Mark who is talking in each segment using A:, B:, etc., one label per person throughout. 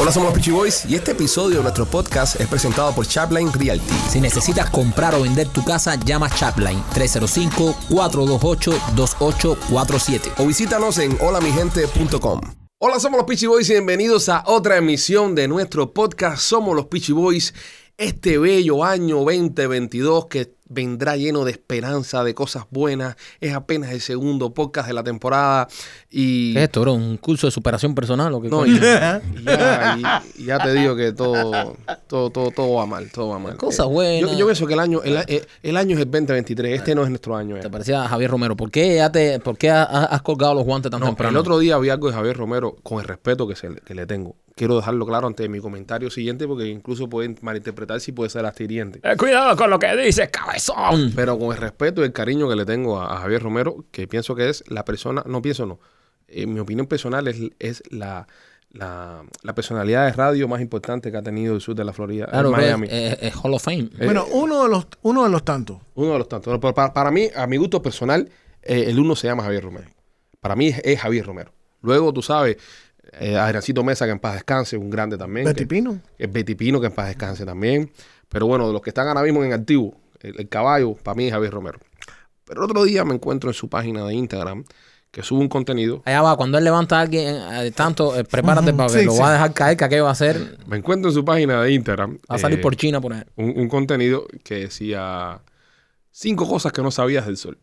A: Hola, somos los Peachy Boys y este episodio de nuestro podcast es presentado por Chapline Realty.
B: Si necesitas comprar o vender tu casa, llama Chapline 305-428-2847.
A: O visítanos en holamigente.com. Hola, somos los Peachy Boys y bienvenidos a otra emisión de nuestro podcast. Somos los Peachy Boys. Este bello año 2022 que vendrá lleno de esperanza, de cosas buenas. Es apenas el segundo podcast de la temporada y...
B: ¿Qué es esto, bro? ¿Un curso de superación personal o qué?
A: No,
B: coño?
A: y- ya, y- y ya te digo que todo, todo, todo, todo va mal, todo va mal.
B: Cosa
A: Eh,
B: buena.
A: Yo, yo pienso que el año, el, a- eh, el año es el 2023, este no es nuestro año. eh.
B: Te parecía a Javier Romero. ¿Por qué, ya te, por qué ha- ha- has colgado los guantes tan
A: No,
B: temprano?
A: el otro día vi algo de Javier Romero, con el respeto que, se le- que le tengo. Quiero dejarlo claro antes de mi comentario siguiente, porque incluso pueden malinterpretar si puede ser astiriente.
B: Eh, cuidado con lo que dices, cabezón.
A: Pero con el respeto y el cariño que le tengo a, a Javier Romero, que pienso que es la persona, no pienso no, en mi opinión personal es, es la, la, la personalidad de radio más importante que ha tenido el sur de la Florida, en
B: Claro, bro, es,
A: Miami.
B: es- es Hall of Fame.
A: Eh,
C: Bueno, uno de los, uno de los tantos.
A: Uno de los tantos. Pero para, para mí, a mi gusto personal, eh, el uno se llama Javier Romero. Para mí es, es Javier Romero. Luego, tú sabes, eh, Adriancito Mesa, que en paz descanse, un grande también.
C: Betty
A: que-
C: Pino.
A: Es Betty Pino, que en paz descanse también. Pero bueno, de los que están ahora mismo en activo, el, el caballo, para mí es Javier Romero. Pero el otro día me encuentro en su página de Instagram, que sube un contenido.
B: Allá va, cuando él levanta a alguien, eh, tanto, eh, prepárate
C: Ujú,
B: para que
C: sí,
B: lo
C: sí.
B: va a dejar caer, que aquello va a hacer.
A: Me encuentro en su página de Instagram.
B: Va a salir
A: eh,
B: por China por ahí.
A: un, un contenido que decía cinco cosas que no sabías del sol.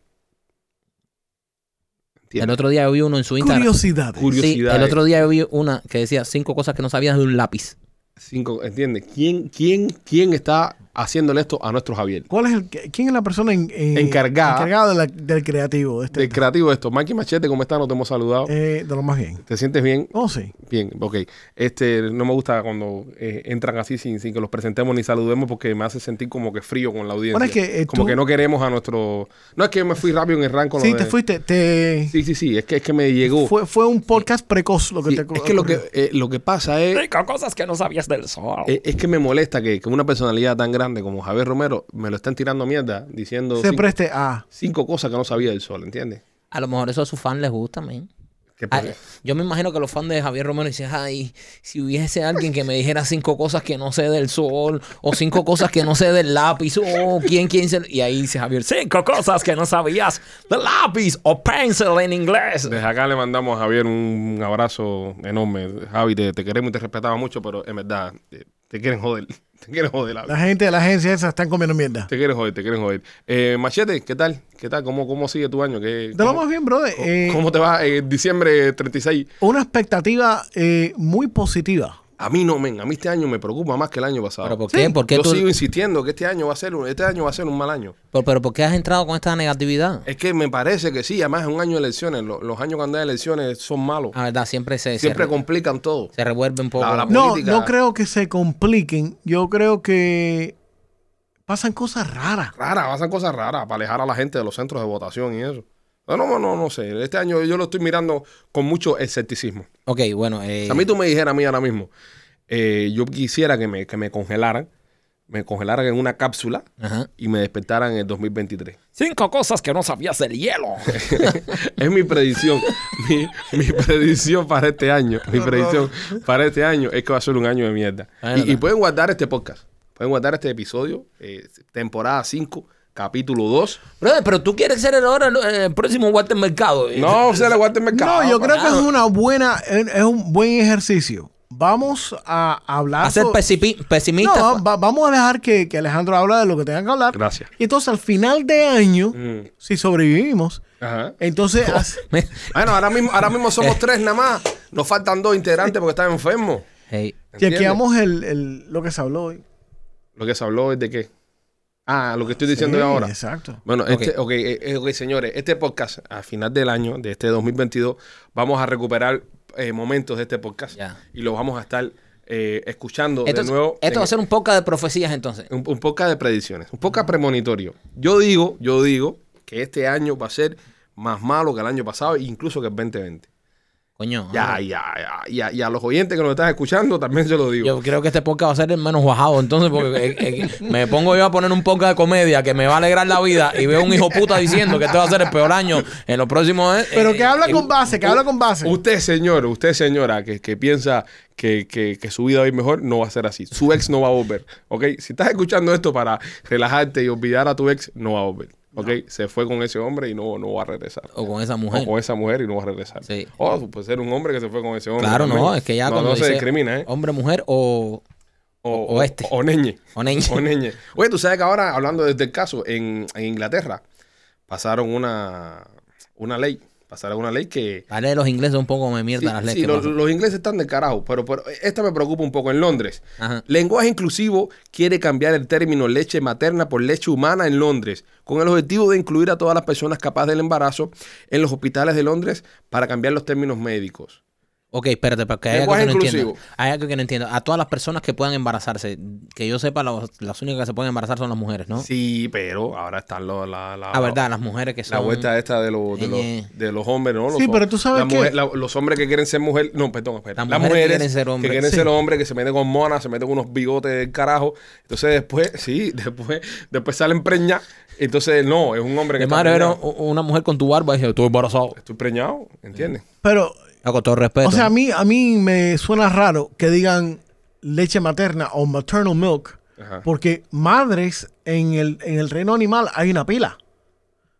B: El otro día yo vi uno en su Instagram.
C: Curiosidad.
A: Cu-
B: Sí,
A: Curiosidades.
B: el otro día yo vi una que decía cinco cosas que no sabías de un lápiz.
A: eh, Cinco, ¿entiendes? ¿Quién, quién, ¿Quién está haciéndole esto a nuestro Javier?
C: ¿Cuál es el, que- ¿Quién es la persona en- eh,
A: Encargada.
C: encargada de la- del creativo? De, este,
A: Del creativo de esto. Mikey Machete, ¿cómo estás? No te hemos saludado.
C: eh, de lo más bien.
A: ¿Te sientes bien?
C: Oh, sí.
A: Bien, ok. Este, no me gusta cuando eh, entran así sin, sin que los presentemos ni saludemos porque me hace sentir como que frío con la audiencia.
C: Bueno, es que, eh,
A: como
C: tú-
A: que no queremos a nuestro... No, es que me fui rápido en el rango.
C: Sí, te fuiste. Te,
A: Sí, sí, sí. Es que, es que me llegó.
C: fue, fue un podcast precoz lo que
A: Sí,
C: te
A: es que lo que, eh, lo que pasa es...
B: cosas que no sabías del sol.
A: Eh, Es que me molesta que, que una personalidad tan grande como Javier Romero me lo estén tirando mierda diciendo
C: se
A: cinco,
C: preste a.
A: cinco cosas que no sabía del sol, ¿entiendes?
B: A lo mejor eso a sus fans les gusta, man.
A: Que
B: Ah,
A: por-
B: yo me imagino que los fans de Javier Romero dicen, ay, si hubiese alguien que me dijera cinco cosas que no sé del sol, o cinco cosas que no sé del lápiz, o quién, quién se... Y ahí dice Javier, cinco cosas que no sabías del lápiz o pencil en inglés.
A: Desde acá le mandamos a Javier un abrazo enorme. Javi, te, te queremos y te respetaba mucho, pero en verdad, eh, te quieren joder. Te quieren joder, Javi.
C: La gente de la agencia esa están comiendo mierda.
A: Te quieren joder, te quieren joder. Eh, Machete, ¿qué tal? ¿Qué tal? ¿Cómo, cómo sigue tu año? ¿Qué,
C: De lo
A: cómo,
C: más bien, brother. eh,
A: cómo te va en diciembre 36?
C: una expectativa eh, muy positiva.
A: A mí no, men. A mí este año me preocupa más que el año pasado.
B: ¿Pero por qué? ¿Por qué
A: Yo
B: tú-
A: sigo insistiendo que este año va a ser un, este año va a ser un mal año.
B: Pero, pero ¿por qué has entrado con esta negatividad?
A: Es que me parece que sí, además es un año de elecciones. Lo- Los, años cuando hay elecciones son malos.
B: La verdad, siempre se, se
A: Siempre
B: re-
A: complican todo.
B: se revuelve un poco.
A: La- la-
C: No,
A: política.
C: no creo que se compliquen. Yo creo que pasan cosas raras.
A: Raras, pasan cosas raras para alejar a la gente de los centros de votación y eso. No, no, no, no sé. Este año yo lo estoy mirando con mucho escepticismo.
B: Ok, bueno. eh,
A: Si a mí tú me dijeras a mí ahora mismo, eh, yo quisiera que me, que me congelaran, me congelaran en una cápsula
B: ajá.
A: y me despertaran en el 2023.
B: Cinco cosas que no sabías del hielo.
A: Es mi predicción. mi, mi predicción para este año. Mi predicción para este año es que va a ser un año de mierda.
B: Ah,
A: Y,
B: verdad.
A: y pueden guardar este podcast. Pueden guardar este episodio, eh, temporada 5, capítulo 2.
B: Brother, pero tú quieres ser el, ahora, el, el próximo Walter Mercado.
A: No se le guarda el mercado.
C: No, yo
A: para
C: creo que es
A: nada.
C: una buena, es es un buen ejercicio. Vamos a hablar.
B: Hacer
C: sobre-
B: pesipi- pesimista. pues.
C: no, va- vamos a dejar que, que Alejandro habla de lo que tenga que hablar.
A: Gracias.
C: Y entonces al final de año,
A: Mm.
C: si sobrevivimos,
A: Ajá.
C: entonces hace-
B: Me-
A: Bueno, ahora mismo, ahora mismo somos tres nada más. Nos faltan dos integrantes porque están enfermos.
B: Hey,
A: ¿Entiendes?
C: chequeamos el, el- lo que se habló hoy.
A: Lo que se habló es de qué. Ah, lo que estoy diciendo
C: Sí,
A: yo ahora.
C: Exacto.
A: Bueno, este, ok, eh, eh, ok, señores, este podcast a final del año, de este 2022, vamos a recuperar eh, momentos de este podcast
B: Ya.
A: y lo vamos a estar eh, escuchando
B: esto,
A: de nuevo.
B: esto
A: en-
B: va a ser un podcast de profecías entonces.
A: un, un podcast de predicciones, un podcast premonitorio. Yo digo, yo digo que este año va a ser más malo que el año pasado, incluso que el 2020.
B: Coño.
A: Ya,
B: hombre.
A: ya, ya, ya. Y a los oyentes que nos están escuchando también se lo digo.
B: Yo creo que este podcast va a ser el menos bajado, entonces, porque eh, eh, me pongo yo a poner un podcast de comedia que me va a alegrar la vida y veo un hijo puta diciendo que este va a ser el peor año en los próximos. eh,
C: Pero
B: eh,
C: que habla
B: eh,
C: con base, que habla con base.
A: Usted, señor, usted, señora, que, que piensa que, que- que su vida va a ir mejor, no va a ser así. Su ex no va a volver. ¿Ok? Si estás escuchando esto para relajarte y olvidar a tu ex, no va a volver. ¿Ok? Se fue con ese hombre y no, no va a regresar.
B: O con esa
A: O
B: mujer.
A: con esa mujer y no va a regresar.
B: Sí.
A: O puede ser un hombre que se fue con ese hombre.
B: Claro,
A: también.
B: no, es que ya
A: No,
B: cuando
A: no se
B: dice
A: discrimina, ¿eh?
B: Hombre, mujer o, o este.
A: O neñe.
B: o niña.
A: O neñe. Oye, tú sabes que ahora, hablando desde el caso, en, en Inglaterra pasaron una, una ley. Pasaron una ley que
B: Dale de los ingleses un poco me
A: Sí,
B: mierda las leyes.
A: sí,
B: que
A: lo-
B: pasan.
A: los ingleses están de carajo, pero, pero esta me preocupa un poco. En Londres,
B: Ajá.
A: lenguaje inclusivo quiere cambiar el término leche materna por leche humana en Londres, con el objetivo de incluir a todas las personas capaces del embarazo en los hospitales de Londres para cambiar los términos médicos.
B: Ok, espérate, porque hay algo
A: Lenguaje
B: que no entiendo.
A: inclusivo.
B: Hay algo que no entiendo. A todas las personas que puedan embarazarse, que yo sepa, los- las únicas que se pueden embarazar son las mujeres, ¿no?
A: Sí, pero ahora están los- la, la,
B: La verdad, las mujeres que son.
A: la vuelta esta de los, de los,
B: Ñe.
A: de los hombres, ¿no? Los
C: Sí,
A: hom-
C: pero tú sabes
A: la mujer-
C: que-
A: la- los hombres que quieren ser mujer, no, perdón, espera.
B: Las
A: Las
B: mujeres que
A: mujeres
B: quieren ser hombres,
A: que quieren
B: sí.
A: ser hombres, que se meten con monas, se meten con unos bigotes del carajo. Entonces después, sí, después, después salen preñas. Entonces, no, es un hombre que
B: Mi
A: está
B: madre era
A: preñado.
B: u- una mujer con tu barba y dije, estoy embarazado.
A: Estoy preñado, ¿entiendes?
C: Pero,
B: Ah, Con todo respeto.
C: o sea, a mí, a mí me suena raro que digan leche materna o maternal milk,
A: Ajá.
C: porque madres en el, en el reino animal hay una pila.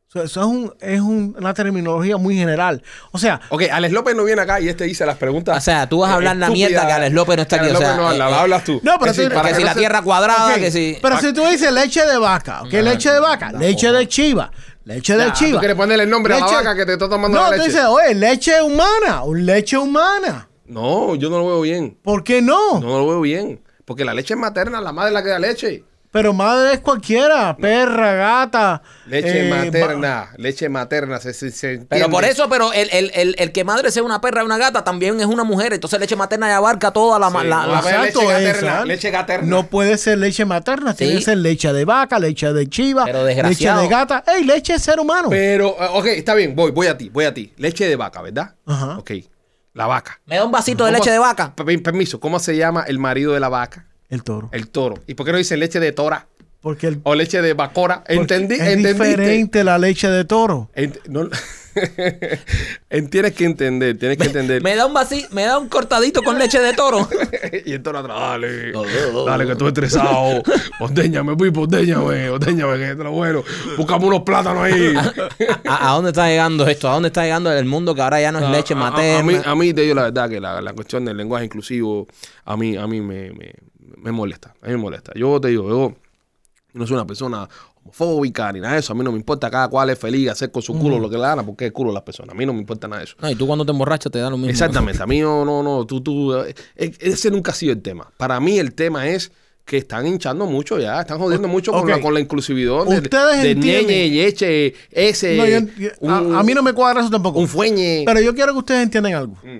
C: O sea, eso es, un, es un- una terminología muy general. O sea,
A: Ok, Alex López no viene acá y este dice las preguntas.
B: O sea, tú vas a hablar la
A: estúpidas
B: mierda que Alex López no está
A: que
B: aquí, o
A: Alex
B: sea,
A: López no habla,
B: eh,
A: la
B: eh,
A: hablas tú.
C: No, pero
A: Es decir,
C: tú-
A: para
B: que
A: que
B: si
A: no
B: la
A: se-
B: tierra cuadrada,
C: Ok,
B: que si.
A: Ah.
C: Pero si tú dices leche de vaca, ¿ok? Leche de vaca, leche de chiva, leche de
A: Ya,
C: chiva.
A: tú quieres ponerle el nombre a la vaca que te está tomando
C: No,
A: la leche.
C: tú dices, oye, leche humana, un leche humana.
A: No, yo no lo veo bien.
C: ¿Por qué no?
A: No lo veo bien. Porque la leche es materna, la madre es la que da leche.
C: Pero madre es cualquiera, perra, gata.
A: Leche
C: eh, va-
A: materna, leche materna, se, se, se
B: Pero
A: entiende.
B: por eso, pero el, el, el, el que madre sea una perra y una gata también es una mujer. Entonces leche materna ya abarca toda la. ma-
A: Sí,
B: la-
A: no,
B: la-
A: a ver,
C: Exacto,
A: leche
C: es,
A: materna,
C: ¿sabes?
A: leche materna.
C: No puede ser leche materna, tiene que
B: Sí.
C: ser leche de vaca, leche de chiva,
B: Pero
C: leche
B: desgraciado.
C: de gata. ¡Ey, leche de ser humano!
A: Pero, eh, ok, está bien, voy, voy a ti, voy a ti. Leche de vaca, ¿verdad?
C: Ajá.
A: Ok, la vaca.
B: Me da un vasito de
A: ¿Cómo-
B: leche de vaca.
A: Pe- Permiso, ¿cómo se llama el marido de la vaca?
C: El toro.
A: El toro. ¿Y por qué no dice leche de tora
C: Porque el
A: o leche de bacora?
C: porque
A: ¿Entendí?
C: es
A: ¿Entendiste?
C: diferente la leche de toro.
A: Ent- no- En- tienes que entender, tienes que entender.
B: Me da un vasi, me da un cortadito con leche de toro.
A: y el toro atrás, dale, dale que estoy estresado. Ordéñame, pipo, ordéñame, ordéñame, que te lo bueno. Buscame unos plátanos ahí.
B: ¿A, a dónde está llegando esto? ¿A dónde está llegando el mundo que ahora ya no es
A: A-
B: leche
A: Ah, a-
B: materna?
A: A, mí, a mí, te digo la verdad, que la, la cuestión del lenguaje inclusivo a mí, a mí me, me, me molesta. A mí me molesta. Yo te digo, yo no soy una persona homofóbica ni nada de eso. A mí no me importa cada cual es feliz hacer con su culo lo que le gana porque es culo de las personas. A mí no me importa nada de eso.
B: No, y tú cuando te emborrachas te da lo mismo.
A: Exactamente. A mí no, no, no. Tú, tú, eh, ese nunca ha sido el tema. Para mí el tema es que están hinchando mucho ya, están jodiendo mucho con,
C: ok.
A: la, con la inclusividad de,
C: Ustedes
A: de
C: entienden.
A: ñeñe, yeche, ese,
C: No, yo- yo-
A: un-
C: a, a mí no me cuadra eso tampoco.
A: un fueñe
C: Pero yo quiero que ustedes entiendan algo.
A: Mm.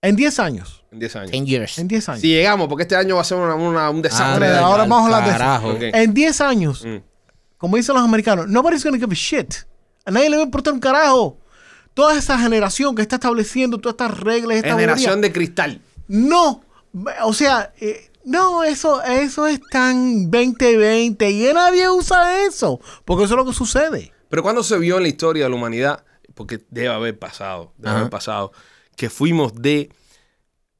C: En 10 años,
A: en 10 años.
B: 10 years.
C: en 10 años,
A: Si llegamos, porque este año va a ser una- una- un desastre.
C: Ah, ahora
B: al
C: vamos a hablar de eso.
B: carajo.
A: Ok.
C: en 10 años,
A: Mm.
C: como dicen los americanos, nobody's gonna give a shit. A nadie le va a importar un carajo. Toda esa generación que está estableciendo todas estas reglas, esta
A: Generación
C: bobería,
A: de cristal.
C: No, o sea, eh, no, eso, eso es tan 2020 y nadie usa eso, porque eso es lo que sucede.
A: Pero cuando se vio en la historia de la humanidad, porque debe haber pasado, debe
B: Ajá.
A: haber pasado, que fuimos de,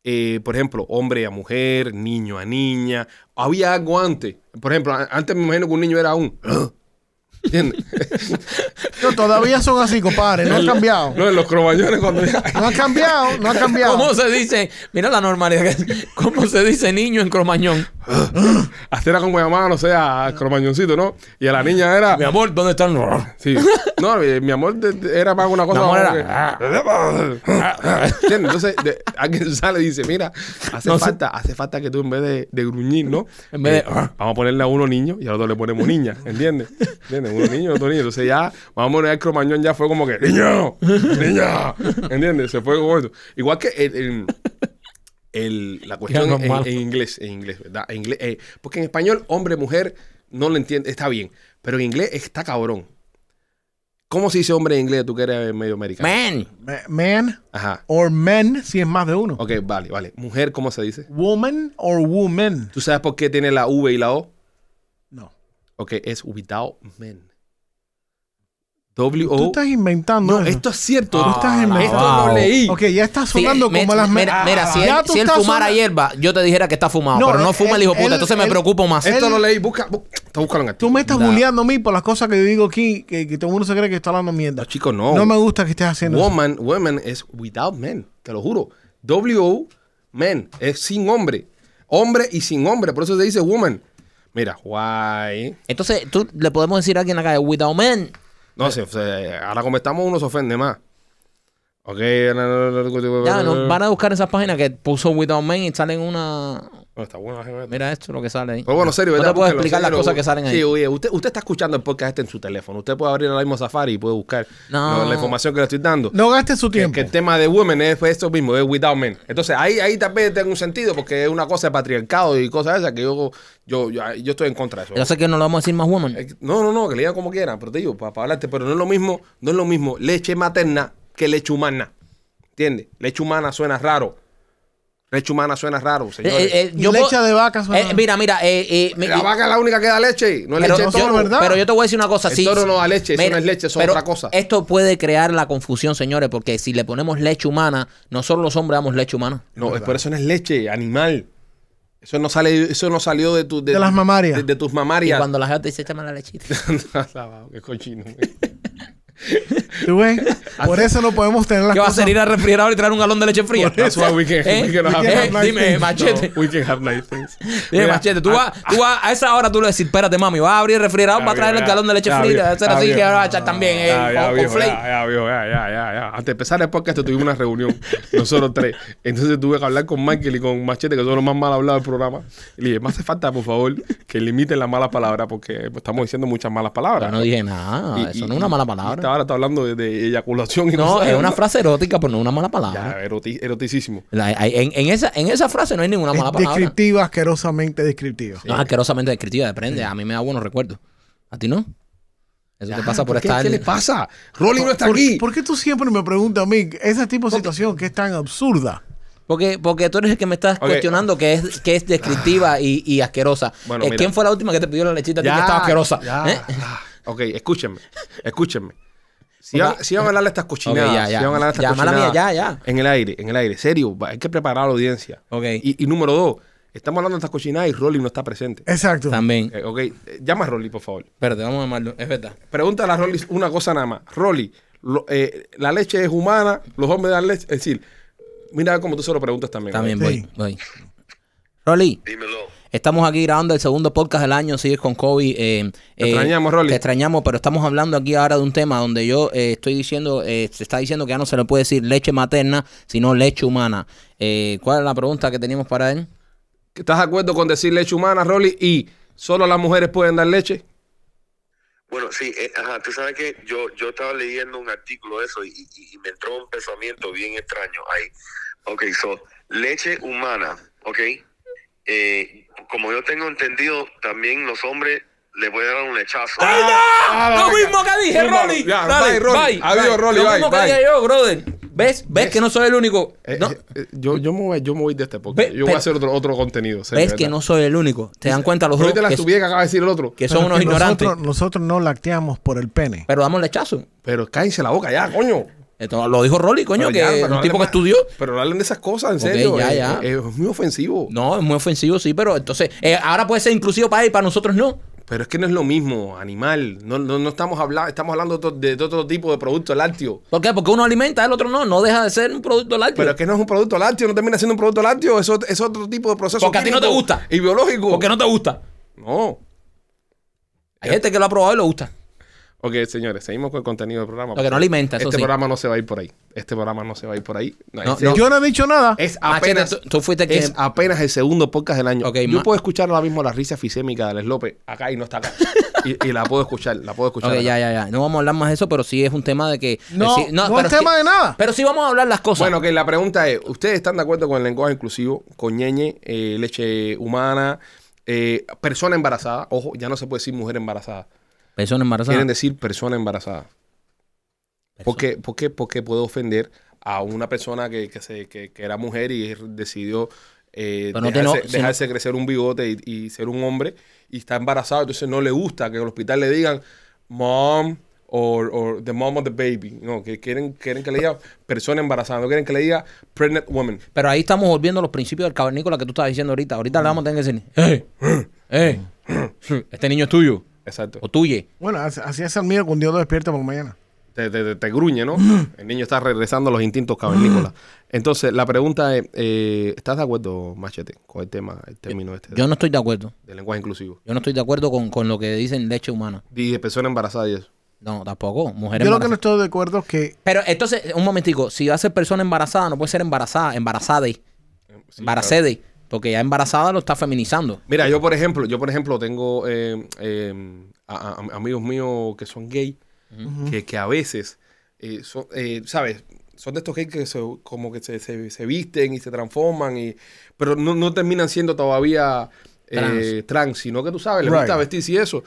A: eh, por ejemplo, hombre a mujer, niño a niña. Había algo antes. Por ejemplo, a- antes me imagino que un niño era un... ¿Entiendes?
C: No, todavía son así, compadre, no han cambiado.
A: no, en los cromañones cuando ya...
C: No han cambiado, no han cambiado.
B: ¿Cómo se dice? Mira la normalidad. que- ¿Cómo se dice niño en cromañón?
A: Hasta era como llamaba, no sé, a cromañoncito, ¿no? Y a la niña
C: Ah.
A: era...
B: Mi amor, ¿dónde están?
A: Sí. No, mi, mi amor de- de- era más una cosa.
B: Mi amor
A: como "Ah,
B: era- ah,
A: que- ah". ¿Entiendes? Entonces, de- alguien sale y dice, mira, hace
B: No sé.
A: falta, hace falta que tú en vez de, de gruñir, ¿no? Eh,
B: En vez de- ah.
A: vamos a ponerle a uno niño y al otro le ponemos niña, ¿entiendes? ¿Entiendes? Uno niño, otro niño. Entonces ya, más o menos ya el cromañón ya fue como que, niño, niña, ¿entiendes? Se fue como eso. Igual que el- el- el- la cuestión en,
B: normal.
A: en inglés, en inglés, ¿verdad? En inglés, eh, porque en español, hombre, mujer, no lo entiende, está bien. Pero en inglés está cabrón. ¿Cómo se dice hombre en inglés? Tú que eres medio americano.
B: Man.
C: Ma- Man
A: Ajá.
C: or men, si es más de uno.
A: Ok, vale, vale. Mujer, ¿cómo se dice?
C: Woman or woman.
A: ¿Tú sabes por qué tiene la V y la O?
C: No.
A: Ok, es without men.
C: Tú
A: W-O.
C: estás inventando.
A: No,
C: eso.
A: esto es cierto.
B: Oh. Ah,
A: Tú estás en-
B: la
A: esto
B: wow.
A: lo leí.
C: Ok, ya estás sonando
B: Sí, me-
C: como las me- Ah,
B: Mira, mira, si
C: Ya
B: él,
C: tú
B: si él
C: estás
B: fumara
C: sonando-
B: hierba, yo te dijera que está fumado.
C: No, eh,
B: pero no
C: él-
B: fuma el hijo
C: él-
B: puta. Entonces me
C: él-
B: preocupo más.
A: Esto
C: él-
A: lo leí. Busca. bu- Está buscando en
C: Tú me estás
B: Da.
C: bulleando a mí por las cosas que yo digo aquí, que, que todo el mundo se cree que está hablando mierda.
B: Ah,
A: No, chicos, no.
C: No me gusta que estés haciendo eso.
A: Woman, woman es without men, te lo juro. W men es sin hombre. Hombre y sin hombre, por eso se dice woman. Mira, why?
B: Entonces, tú le podemos decir a alguien acá, without men.
A: No sé, se- ahora como estamos uno se ofende más. Ok.
B: Ya,
A: Ya,
B: no, van a buscar esas páginas que puso without men y salen una.
A: está bueno. Pero
B: Mira esto, lo que sale ahí.
A: bueno, serio,
B: No
A: ¿verdad?
B: te puedo
A: Búsquelo,
B: explicar las
A: serio.
B: cosas que salen ahí.
C: uh.
A: Sí, oye, usted, usted está escuchando el podcast este en su teléfono. Usted puede abrir el mismo Safari y puede buscar
B: No.
A: lo- la información que le estoy dando.
C: No gastes su
A: Que,
C: tiempo.
A: que el tema de women es pues, esto mismo, es without men. Entonces ahí, ahí tal vez tenga un sentido porque es una cosa de patriarcado y cosas esas que yo, yo, yo, yo estoy en contra de
B: Yo
A: eso.
B: sé que no lo vamos a decir más woman.
A: Eh, No, no, no, que le digan como quieran, pero te digo, para, hablarte, pero no es lo mismo, no es lo mismo leche materna que leche humana. ¿Entiendes? Leche humana suena raro. Leche humana suena raro, señores.
B: Eh, eh, eh,
C: Y leche
B: puedo-
C: de vaca suena-
B: Eh, mira, mira, eh, eh, mi-
A: la vaca es la única que da leche, no es
B: pero,
A: leche de
C: no,
A: toro.
C: ¿verdad?
B: pero yo te voy a decir una cosa.
A: El
B: sí,
A: toro no
B: sí.
A: da leche, eso
B: Mira,
A: no es leche, eso es
B: pero
A: otra cosa.
B: Esto puede crear la confusión, señores, porque si le ponemos leche humana, nosotros los hombres damos leche humana.
A: No, es por eso no es leche, animal. Eso no sale, eso no salió de tu,
C: De las mamarias.
A: De, de tus
B: Y
A: mamarias.
B: cuando la gente dice, échame la lechita.
A: Lavado, qué cochino.
B: Eh,
C: ¿Tú ves? Por eso no podemos tener las
B: ¿Qué va a
C: cosas.
B: hacer ir al refrigerador y traer un galón de leche fría?
A: That's why we can-
B: ¿Eh?
A: we can have
B: Eh,
A: nice
C: things.
B: Dime, machete.
A: No, we can have nice things.
B: Dime,
A: Mira,
B: machete. Tú
A: a-
B: vas, tú vas- a esa hora tú le decís, espérate, mami, vas a abrir el refrigerador Ah, para
A: Está
B: traer el
A: bien,
B: galón de leche
A: está
B: fría.
A: bien,
B: Hacer
A: está
B: así
A: bien.
B: que ahora va a echar también eh,
A: ah, Ya, ya,
B: con- con
A: viejo,
B: flake.
A: ya, ya, viejo, ya, ya, ya, ya. Antes de empezar el podcast tuvimos una reunión, nosotros tres. Entonces tuve que hablar con Michael y con Machete, que son los más mal hablados del programa. Y le dije, me hace falta, por favor, que limiten las malas palabras, porque pues, estamos diciendo muchas malas palabras.
B: Yo no dije nada.
A: Y-
B: eso
A: y-
B: no es una mala
A: y- y
B: palabra.
A: esta hora está hablando de, de eyaculación y
B: No,
A: cosas.
B: es una frase erótica, pero no una mala palabra.
A: eh, Ya, eroti- eroticismo.
B: La- hay- en, en esa, en esa frase no hay ninguna mala
C: Es
B: palabra.
C: descriptiva, asquerosamente descriptiva.
A: eh.
B: No es asquerosamente descriptiva, depende. A mí me da buenos recuerdos. ¿A ti no? Eso te
A: Ya,
B: pasa por
A: ¿qué-
B: estar.
A: ¿Qué le pasa? Rolly no está
C: ¿Por,
A: aquí.
C: por qué tú siempre me preguntas a mí ese tipo de situación que es tan absurda?
B: Porque, porque tú eres el que me estás
A: Ok.
B: cuestionando que es, que es descriptiva y, y asquerosa.
A: Bueno,
B: Eh,
A: mira.
B: ¿Quién fue la última que te pidió la lechita a ti que estaba asquerosa?
A: ya,
B: ¿Eh?
A: ya. Ok, escúchenme. Escúchenme. Si,
B: Una-
A: van, si van a hablar de estas cochinadas,
B: Ok, ya, ya.
A: si van a hablar de estas
B: Ya, mala
A: cochinadas,
B: mía, ya, ya.
A: en el aire, en el aire, serio, va- hay que preparar a la audiencia.
B: Ok.
A: Y, y número dos, estamos hablando de estas cochinadas y Rolly no está presente.
C: Exacto.
B: También.
A: Eh, ok, eh, llama a Rolly, por favor.
B: Espérate, vamos a llamarlo. Es verdad.
A: Pregúntale a Rolly una cosa nada más. Rolly, lo- eh, la leche es humana, los hombres dan leche. Es decir, mira cómo tú se lo preguntas también.
B: También
C: Sí.
B: voy, voy. Rolly,
D: Dímelo.
B: estamos aquí grabando el segundo podcast del año, sigues con Kobe. eh,
A: Te
B: eh,
A: extrañamos, Rolly.
B: Te extrañamos, pero estamos hablando aquí ahora de un tema donde yo eh, estoy diciendo, eh, se está diciendo que ya no se le puede decir leche materna, sino leche humana. Eh, ¿Cuál es la pregunta que teníamos para él?
A: ¿Estás de acuerdo con decir leche humana, Rolly? Y solo las mujeres pueden dar leche.
D: Bueno, sí, eh, ajá, tú sabes que yo, yo estaba leyendo un artículo de eso y, y- y me entró un pensamiento bien extraño ahí. Ok, so, leche humana, ok. Eh, como yo tengo entendido, también los hombres les voy a dar un lechazo.
A: Ah,
B: Lo mismo que dije,
A: Zúmbalo.
B: Rolly.
A: Ya,
B: Dale,
A: bye, Rolly. Adiós, Rolly,
B: Lo
A: bye,
B: mismo
A: bye.
B: que dije yo, brother. ¿Ves? ¿Ves que no soy el único?
A: Eh,
B: No.
A: eh, eh, yo, yo, me voy, yo me voy de este podcast.
B: Ve,
A: yo voy
B: pero-
A: a hacer otro, otro contenido. serio,
B: ¿Ves que
A: ¿verdad?
B: no soy el único? ¿Te dan cuenta los
A: Pero
B: dos?
A: ahorita la
B: Que,
A: estupidez que acaba de decir el otro.
B: que son
C: Pero
B: unos
C: que
B: ignorantes.
C: Nosotros, nosotros no lacteamos por el pene.
B: Pero damos lechazo.
A: Pero cállense la boca ya, coño.
B: Esto lo dijo Rolly, coño,
A: Pero
B: que
A: ya,
B: es
A: pero
B: un
A: no
B: tipo que
A: hablen más-
B: estudió.
A: Pero no hablen de esas cosas, en
B: Ok,
A: serio.
B: ya,
A: eh,
B: ya.
A: eh, Es, muy ofensivo.
B: No, es muy ofensivo, sí, pero entonces eh, ahora puede ser inclusivo para él y para nosotros no.
A: Pero es que no es lo mismo, animal. No, no, no estamos hablando, estamos hablando to- de, otro tipo de producto lácteo.
B: ¿Por qué? Porque uno alimenta, el otro no. No deja de ser un producto lácteo.
A: Pero es que no es un producto lácteo, no termina siendo un producto lácteo. Es, ot- es otro tipo de proceso.
B: Porque a ti no te
A: químico
B: gusta.
A: Y biológico.
B: Porque no te gusta.
A: No.
B: Hay
A: Eh,
B: gente que lo ha probado y lo gusta.
A: Ok, señores, seguimos con el contenido del programa.
B: Lo que no alimenta, eso
A: Este
B: sí.
A: programa no se va a ir por ahí. Este programa no se va a ir por ahí. No,
B: No,
A: en serio.
B: no.
C: Yo no he dicho nada.
A: Es
B: Machete,
A: apenas,
B: Ah, tú- tú fuiste quien-
A: es apenas el segundo podcast del año.
B: Ok,
A: Yo
B: ma-
A: puedo escuchar ahora mismo la risa fisémica de Alex López acá y no está acá. y, y la puedo escuchar, la puedo escuchar.
B: Ok,
A: acá.
B: ya, ya, ya. No vamos a hablar más de eso, pero sí es un tema de que.
C: No,
B: sí-
C: no es
B: sí-
C: tema de nada.
B: Pero sí vamos a hablar las cosas.
A: Bueno, que la pregunta es, ¿ustedes están de acuerdo con el lenguaje inclusivo, con ñeñe, eh, leche humana, eh, persona embarazada? Ojo, ya no se puede decir mujer embarazada.
B: Persona embarazada.
A: Quieren decir persona embarazada. ¿Por qué, por qué- por qué puedo ofender a una persona que, que se, que, que era mujer y decidió eh,
B: Pero no te
A: dejarse,
B: no- si no-
A: dejarse crecer un bigote y, y ser un hombre y está embarazado? Entonces no le gusta que en el hospital le digan mom or, or the mom of the baby. No, que quieren, quieren que le diga persona embarazada, no quieren que le diga pregnant woman.
B: Pero ahí estamos volviendo a los principios del cavernícola que tú estabas diciendo ahorita. Ahorita le vamos a tener que decir, ¡eh! ¡eh! Este niño es tuyo
A: Exacto.
B: o tuye.
C: Bueno, así así es el mío cuando yo lo despierto por la mañana.
A: te, te- te- te gruñe, ¿no? El niño está regresando a los instintos cavernícolas. Entonces, la pregunta es, eh, ¿estás de acuerdo, Machete, con el tema, el término este
B: Yo no estoy de acuerdo.
A: de lenguaje inclusivo?
B: Yo no estoy de acuerdo con, con lo que dicen leche humana.
A: Y de persona embarazada y eso.
B: No, tampoco. Mujer
C: Yo lo que no
B: embarazada.
C: estoy de acuerdo es que
B: Pero entonces, un momentico. Si va a ser persona embarazada, no puede ser embarazada, embarazada. embarazada. Porque ya embarazada lo está feminizando.
A: Mira, yo por ejemplo, yo por ejemplo tengo eh, eh, a- a- amigos míos que son gay, que, que a veces, eh, son, eh, ¿sabes? Son de estos gays que se, como que se, se- se visten y se transforman, y, pero no, no terminan siendo todavía eh, trans.
B: Trans.
A: sino que tú sabes, les
C: Right.
A: gusta vestirse y eso.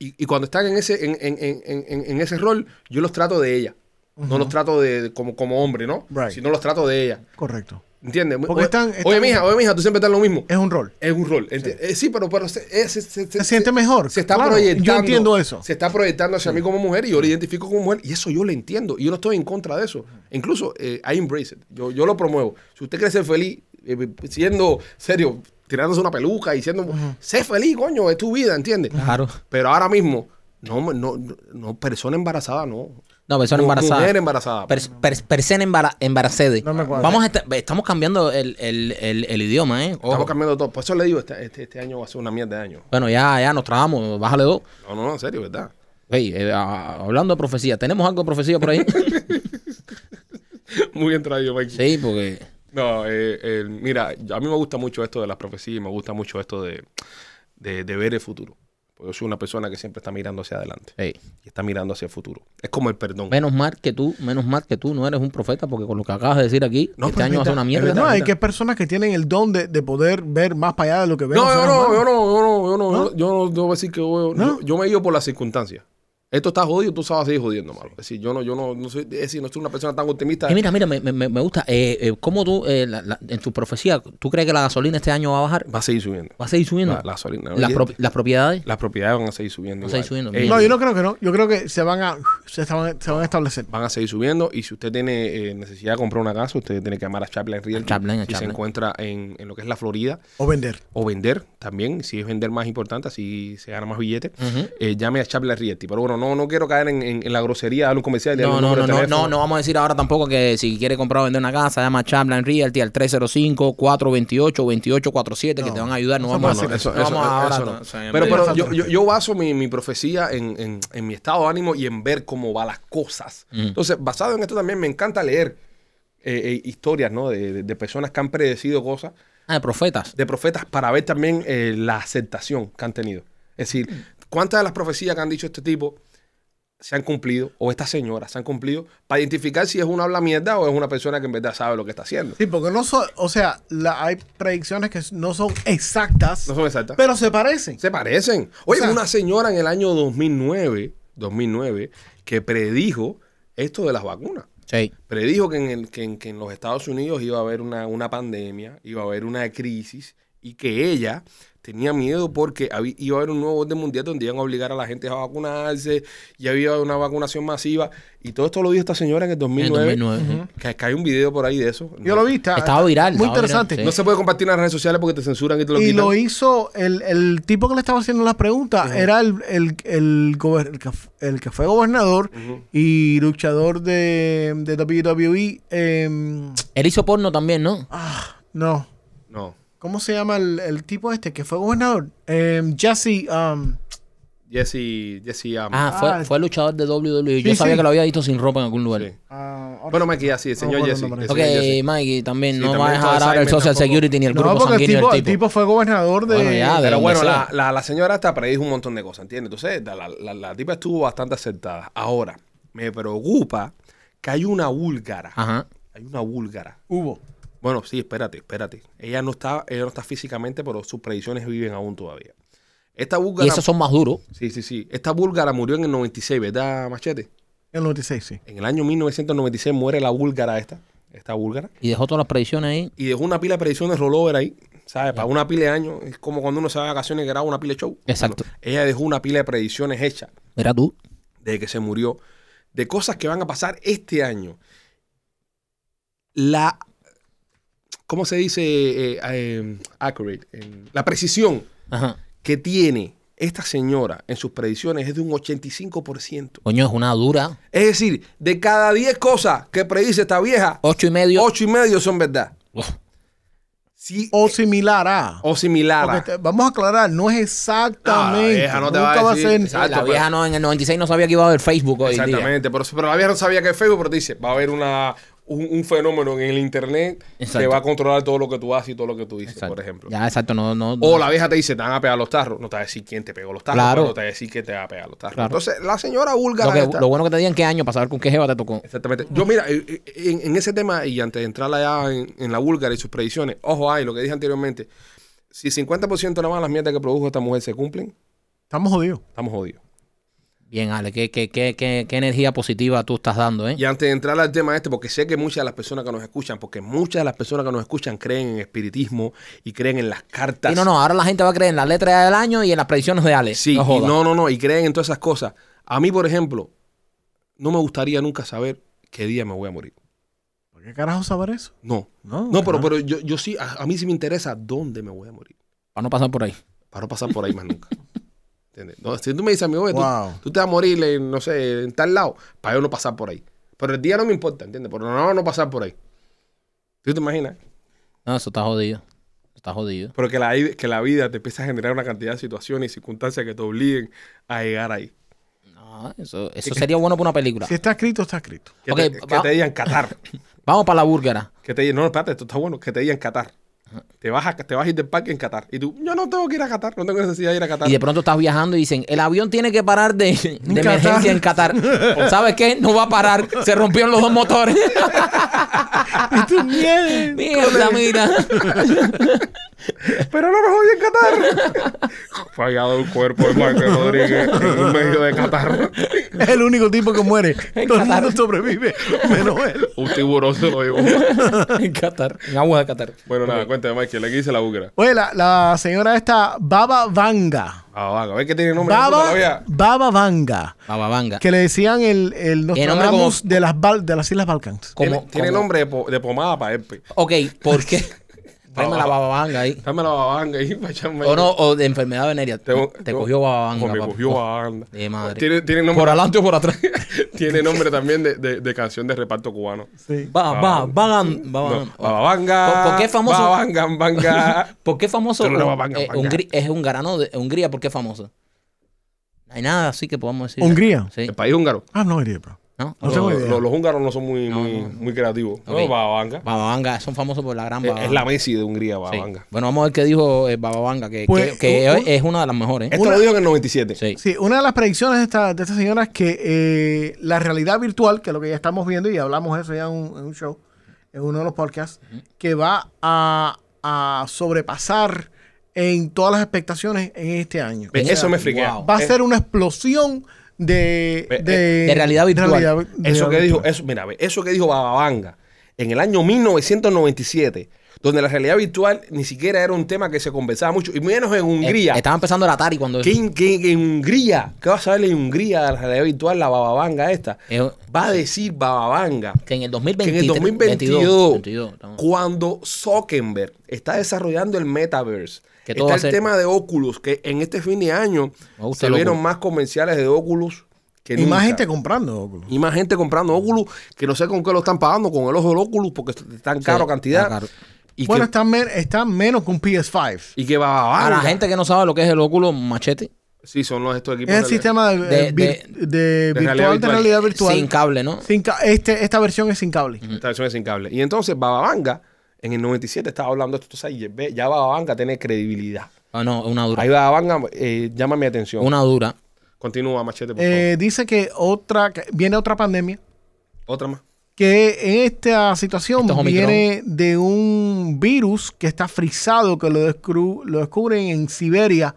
A: y, y cuando están en ese, en, en- en- en- en- en ese rol, yo los trato de ella. No los trato de, de- como, como hombre, ¿no?
C: Right.
A: Sino los trato de ella.
C: correcto.
A: ¿Entiendes?
C: Porque
A: Oye,
C: están-
A: Oye,
C: están-
A: mija, oye, mija, tú siempre estás en lo mismo.
C: Es un rol.
A: Es un rol. enti- eh, Sí, pero, pero se, eh, se- se- se-
C: Se siente mejor.
A: Se está
C: Claro,
A: proyectando.
C: yo entiendo eso.
A: Se está proyectando hacia mí como mujer y yo lo identifico como mujer. Y eso yo lo entiendo. Y yo no estoy en contra de eso. Incluso, eh, I embrace it. Yo, yo lo promuevo. Si usted quiere ser feliz, eh, siendo serio, tirándose una peluca y siendo. Sé feliz, coño, es tu vida, ¿entiendes?
B: Claro.
A: Pero ahora mismo, no, no, no, persona embarazada, no.
B: No, persona
A: Mu-
B: embarazada.
A: Mujer embarazada.
B: Per- per- persona embara- embaracede.
C: No me cuadra.
B: Vamos a esta- estamos cambiando el, el- el- el idioma, ¿eh? Ojo.
A: Estamos cambiando todo. Por eso le digo, este, este, este año va a ser una mierda de año.
B: Bueno, ya, ya nos trabamos, bájale dos.
A: No, no, no, en serio, ¿verdad?
B: Ey, eh, a- hablando de profecía, ¿tenemos algo de profecía por ahí?
A: Muy bien traído, Mikey.
B: sí, porque
A: No, eh, eh, mira, yo- a mí me gusta mucho esto de las profecías y me gusta mucho esto de, de, de ver el futuro. Porque yo soy una persona que siempre está mirando hacia adelante
B: ey,
A: y está mirando hacia el futuro. Es como el perdón.
B: menos mal que tú, menos mal que tú no eres un profeta, porque con lo que acabas de decir aquí,
A: No,
B: este
A: pero
B: año va a ser una
A: es
B: mierda.
A: verdad.
C: No, hay que personas que tienen el don de, de poder ver más para allá de lo que ven.
A: No,
C: los
A: yo
C: seres
A: no,
C: humanos.
A: yo no, yo no, yo no, yo no, yo no debo decir que yo, yo,
C: ¿No?
A: yo me guío por las circunstancias. Esto está jodido, tú sabes seguir jodiendo, malo. Es decir, yo no, yo no, no soy, es decir, no soy una persona tan optimista.
B: Eh, mira, mira, me, me- me gusta. Eh, eh, ¿Cómo tú, eh, la- la- en tu profecía, tú crees que la gasolina este año va a bajar?
A: Va a seguir subiendo.
B: ¿Va a seguir subiendo?
A: La- la gasolina,
B: Las,
A: oye.
B: pro- las propiedades.
A: Las propiedades van a seguir subiendo.
B: Van a seguir
A: igual.
B: subiendo,
A: Eh,
B: mierda.
C: No, yo no creo que no. Yo creo que se van a, se estaban- se van a establecer.
A: van a seguir subiendo y si usted tiene eh, necesidad de comprar una casa, usted tiene que llamar a Chaplin Realty.
B: Chaplin, a
A: si
B: Chaplin.
A: se encuentra en, en lo que es la Florida
C: O vender.
A: o vender también, si es vender más importante, así se gana más billetes, eh, llame a Chaplin Realty. Pero bueno, no, no quiero caer en, en- en la grosería, darle un comercial. y darle
B: No,
A: un
B: no,
A: número
B: no,
A: de
B: no,
A: teléfono.
B: no, no vamos a decir ahora tampoco que si quiere comprar o vender una casa, llama a Chamberlain Realty al 305-428-2847 que te van a ayudar. No,
C: Eso
B: vamos, a-
A: Eso, eso,
B: no vamos
A: eso,
B: a-
A: eso
B: ahora,
A: no.
B: no, o sea,
A: Pero,
B: eh,
A: pero yo, yo- yo baso mi, mi profecía en, en- en mi estado de ánimo y en ver cómo van las cosas. Entonces, basado en esto también, me encanta leer eh, eh, historias ¿no? de- de- de personas que han predecido cosas
B: ah, de profetas.
A: de profetas para ver también eh, la aceptación que han tenido. Es decir, ¿cuántas de las profecías que han dicho este tipo se han cumplido? O esta señora se han cumplido para identificar si es una habla mierda o es una persona que en verdad sabe lo que está haciendo.
C: Sí, porque no son, o sea, la- hay predicciones que no son exactas,
A: No son exactas.
C: pero se parecen.
A: se parecen. Oye,
C: O sea-
A: una señora en el año 2009, 2009 que predijo esto de las vacunas.
B: Sí.
A: predijo que en, el- que en- que en los Estados Unidos iba a haber una, una pandemia, iba a haber una crisis y que ella tenía miedo porque habí- iba a haber un nuevo orden mundial donde iban a obligar a la gente a vacunarse y había una vacunación masiva. Y todo esto lo dijo esta señora en el
B: En el
A: 2009.
B: 2009. sí.
A: Que, que hay un video por ahí de eso.
C: Yo
A: No-
C: lo vi. está-
B: Estaba viral,
C: Muy
B: estaba
C: interesante.
B: viral,
A: No se puede compartir en las redes sociales porque te censuran y te lo
C: Y
A: quitan.
C: lo hizo el, el tipo que le estaba haciendo las preguntas. Era el, el, el, gober- el que, f- el que fue gobernador y luchador de, de WWE. em,
B: Él hizo porno también, ¿no?
C: ah, no.
A: No.
C: ¿Cómo se llama el, el tipo este que fue gobernador? Em, Jesse. um,
A: Jesse, Jesse um,
B: Ah, fue,
C: Ah.
B: fue luchador de WWE. Yo
C: Sí,
B: sabía
C: sí.
B: que lo había visto sin ropa en algún lugar.
A: sí.
C: ah, ahora-
A: Bueno, Mikey, así, el
C: No
A: señor
C: recuerdo el
A: Jesse.
C: nombre.
A: el
B: Ok,
A: señor Jesse.
B: Mikey, también
A: Sí,
B: no
A: también
B: va a
A: todo
B: dejar ahora el
A: Simon
B: Social
A: tampoco.
B: Security ni el grupo
C: no, porque el
B: sanguíneo
C: tipo,
B: del
C: el
B: tipo.
C: tipo fue gobernador de.
B: Bueno, ya,
A: Pero
B: de- donde
A: bueno,
B: sea.
A: la, la, la señora hasta predijo un montón de cosas, ¿entiendes? Entonces, la, la- la- la tipa estuvo bastante acertada. Ahora, me preocupa que hay una búlgara.
B: Ajá.
A: Hay una búlgara.
C: Hubo.
A: Bueno, sí, espérate, espérate. Ella no está, ella no está físicamente, pero sus predicciones viven aún todavía. Esta
B: Y
A: búlgara.
B: esos son más duros.
A: Sí, sí, sí. Esta búlgara murió en el 96, ¿verdad, Machete?
C: El 96, sí.
A: En el año 1996 muere la búlgara esta, esta búlgara,
B: Y dejó todas las predicciones ahí.
A: y dejó una pila de predicciones rollover ahí, ¿sabes? Para una pila de años, es como cuando uno se va de vacaciones y graba una pila de show.
B: Exacto.
A: Bueno, ella dejó una pila de predicciones hechas
B: Mira tú.
A: desde que se murió, de cosas que van a pasar este año. La, ¿cómo se dice? eh, eh, accurate. eh, la precisión
B: Ajá.
A: que tiene esta señora en sus predicciones es de un 85%.
B: Coño, es una dura.
A: Es decir, de cada 10 cosas que predice esta vieja,
B: Ocho y medio.
A: 8 y medio son verdad.
B: Uf.
A: Sí,
C: O similar a.
A: o similar.
C: Porque
A: a-
C: te- vamos a aclarar, no es
A: No, la
C: exactamente.
A: vieja Ah, no te
C: nunca
A: va a
C: va a
A: decir
C: ser.
A: exacto,
B: la
A: pero-
B: vieja no, en el 96 no sabía que iba a haber Facebook hoy día.
A: Exactamente, pero, pero la vieja no sabía que es Facebook, pero te dice, va a haber una, un, un fenómeno en el Internet que
B: Exacto.
A: va a controlar todo lo que tú haces y todo lo que tú dices,
B: Exacto.
A: por ejemplo.
B: Ya, exacto. No, no, no.
A: O la vieja te dice, te van a pegar los tarros. No te va a decir quién te pegó los tarros,
B: Claro.
A: pero no te va a decir que te va a pegar los tarros.
B: Claro.
A: Entonces, la señora
B: lo,
A: búlgara...
B: que-
A: esta-
B: lo bueno que te digan qué año para saber con qué jeva te tocó.
A: Exactamente. Yo, mira, eh, eh, en, en ese tema, y antes de entrar allá en, en la búlgara y sus predicciones, ojo ahí, lo que dije anteriormente, si 50% nada más las mierdas que produjo esta mujer se cumplen,
C: Estamos jodidos.
A: estamos jodidos.
B: Bien, Ale, qué, qué, qué, qué, qué energía positiva tú estás dando, ¿eh?
A: Y antes de entrar al tema este, porque sé que muchas de las personas que nos escuchan, porque muchas de las personas que nos escuchan creen en espiritismo y creen en las cartas.
B: Y no, no, ahora la gente va a creer en la letra del año y en las predicciones de Ale.
A: Sí,
B: no,
A: y
B: jodas.
A: no, no, no, y creen en todas esas cosas. A mí, por ejemplo, no me gustaría nunca saber qué día me voy a morir.
C: ¿Por qué carajo saber eso?
A: No.
C: No,
A: No, pero,
C: ajá.
A: pero yo, yo sí, a, a mí sí me interesa dónde me voy a morir.
B: Para no pasar por ahí.
A: Para no pasar por ahí más nunca. ¿Entiendes? No, si tú me dices a mí, oye, tú-
C: Wow.
A: tú, te vas a morir, en, no sé, en tal lado, para yo no pasar por ahí. Pero el día no me importa, ¿entiendes? Pero no, no pasar por ahí. ¿Tú te imaginas?
B: No, eso está jodido. Está jodido.
A: Pero que la, que la vida te empieza a generar una cantidad de situaciones y circunstancias que te obliguen a llegar ahí.
B: No, eso, eso sería bueno para una película.
C: Si está escrito, está escrito.
A: Que,
B: Ok,
A: te, que
B: va-
A: te digan Qatar.
B: Vamos para la búlgara.
A: Que te digan, no, espérate, esto está bueno. Que te digan Qatar. Te vas, a, te vas a ir del parque en Qatar. Y tú, yo no tengo que ir a Qatar, no tengo necesidad de ir a Qatar.
B: Y de pronto estás viajando y dicen, el avión tiene que parar de, de
C: En Qatar.
B: emergencia en Qatar. ¿Sabes qué? No va a parar. Se rompieron los dos motores.
C: Y tú, mierda.
B: Mierda, mira.
A: Pero no me voy en Qatar. Fallado el cuerpo de Marco Rodríguez en medio de Qatar.
C: Es el único tipo que muere. Todo el
B: Qatar.
C: mundo sobrevive, menos él.
A: Un tiburón se lo llevó.
B: En Qatar. En agua de Qatar.
A: Bueno, nada, cuéntame, Michael. Aquí dice la búlgara.
C: Oye, la, la señora esta, Baba Vanga.
A: Ah, vaga. ¿Ves que tiene nombre? de puta la
C: Baba,
A: vieja?
C: Baba Vanga.
B: Bababanga.
C: Que le decían el, el
B: nombre
C: Nostradamus de las, Bal- de las Islas Balcans.
B: Como-
A: Tiene, tiene
B: como-
A: nombre de, po- de pomada para Epe.
B: Ok, ¿por qué? Tráeme la bababanga ahí.
A: Dame la babanga ahí para echarme.
B: O no, o de enfermedad venérea. Te,
A: Tengo-
B: te
A: tengo-
B: cogió bababanga.
A: Me
B: papi.
A: cogió babanga.
B: De madre.
A: Tiene, tiene nombre,
B: Por adelante o por atrás.
A: tiene nombre también de, de- de canción de reparto cubano.
C: Sí.
B: Va, va, va,
A: No,
B: va.
A: Bababanga.
B: Oh. ¿Por- por qué es famoso?
A: Babanga, banga.
B: ¿Por qué es famoso?
A: Pero no
B: un-
A: va, venga,
B: eh,
A: venga.
B: Hungrí- es hungarano de Hungría, ¿por qué es famoso? No hay nada así que podamos decir.
C: ¿Hungría?
B: Sí.
A: El país húngaro.
C: Ah, no, idea, bro.
B: ¿No?
C: No
A: Lo-
C: tengo idea.
A: lo- los húngaros no son muy, muy, muy creativos. No,
B: Ok.
A: Bababanga.
B: Bababanga, son famosos por la gran
A: Es-
B: Bababanga.
A: Es la Messi de Hungría,
B: Sí.
A: Bababanga.
B: Bueno, vamos a ver qué dijo eh, Bababanga, que,
C: Pues,
B: que- que
C: un-
B: es, es una de las mejores. ¿eh?
A: Esto lo dijo en el 97.
B: Sí.
C: Sí, una de las predicciones de esta, de esta señora es que eh, la realidad virtual, que es lo que ya estamos viendo y hablamos eso ya en un, en un show, en uno de los podcasts, que va a, a sobrepasar en todas las expectaciones en este año.
A: Ve,
B: Mira,
A: eso me friquea.
B: wow.
C: Va a
A: Eh,
C: ser una explosión de,
A: Ve, eh,
C: de,
B: de realidad virtual.
C: de
A: Eso que
C: realidad
A: dijo,
C: virtual.
A: eso, mira, ve, eso que dijo Bababanga en el año 1997, donde la realidad virtual ni siquiera era un tema que se conversaba mucho, y menos en Hungría.
B: Eh, estaba empezando el Atari cuando...
A: que, en- que en- en Hungría, ¿qué vas a ver en Hungría de la realidad virtual, la Bababanga esta?
B: Eh,
A: Va a decir Bababanga
B: que
A: que en
B: en el
A: el
B: 2023,
A: 2022,
B: 22, estamos-
A: cuando Zuckerberg está desarrollando el metaverse,
B: Que todo
A: está
B: va a
A: el
B: ser-
A: tema de Oculus, que en este fin de año
B: Me gusta
A: se
B: el
A: vieron
B: Oculus.
A: más comerciales de Oculus que
C: Y más
A: nunca.
C: gente comprando. Oculus.
A: Y más gente comprando Oculus, que no sé con qué lo están pagando, con el ojo del Oculus, porque es tan caro
B: está
A: cantidad.
B: caro.
A: Y,
C: Bueno,
A: que,
C: está, men- está menos que un PS5.
A: y que va
B: A la gente que no sabe lo que es el óculo, machete.
A: Sí, son los, estos equipos.
C: Es el
A: de-
C: sistema de,
B: De- de-
C: eh, vir- de virtual
A: virtual.
C: de realidad virtual.
B: Sin cable, ¿no?
C: Sin ca- este, esta versión es sin cable.
B: Mm.
A: Esta versión es sin cable. Y entonces Bababanga, en el 97, estaba hablando de esto. Entonces, ya- ve, ya Bababanga tiene credibilidad.
B: Ah, no, una dura.
A: Ahí Bababanga eh, llama mi atención.
B: Una dura.
A: Continúa, Machete, por
C: Eh, dice que otra que viene otra pandemia.
A: favor. Otra más.
C: Que en esta situación
A: Este
B: Esto es Omicron.
C: viene de un virus que está frisado, que lo, descru- lo descubren en Siberia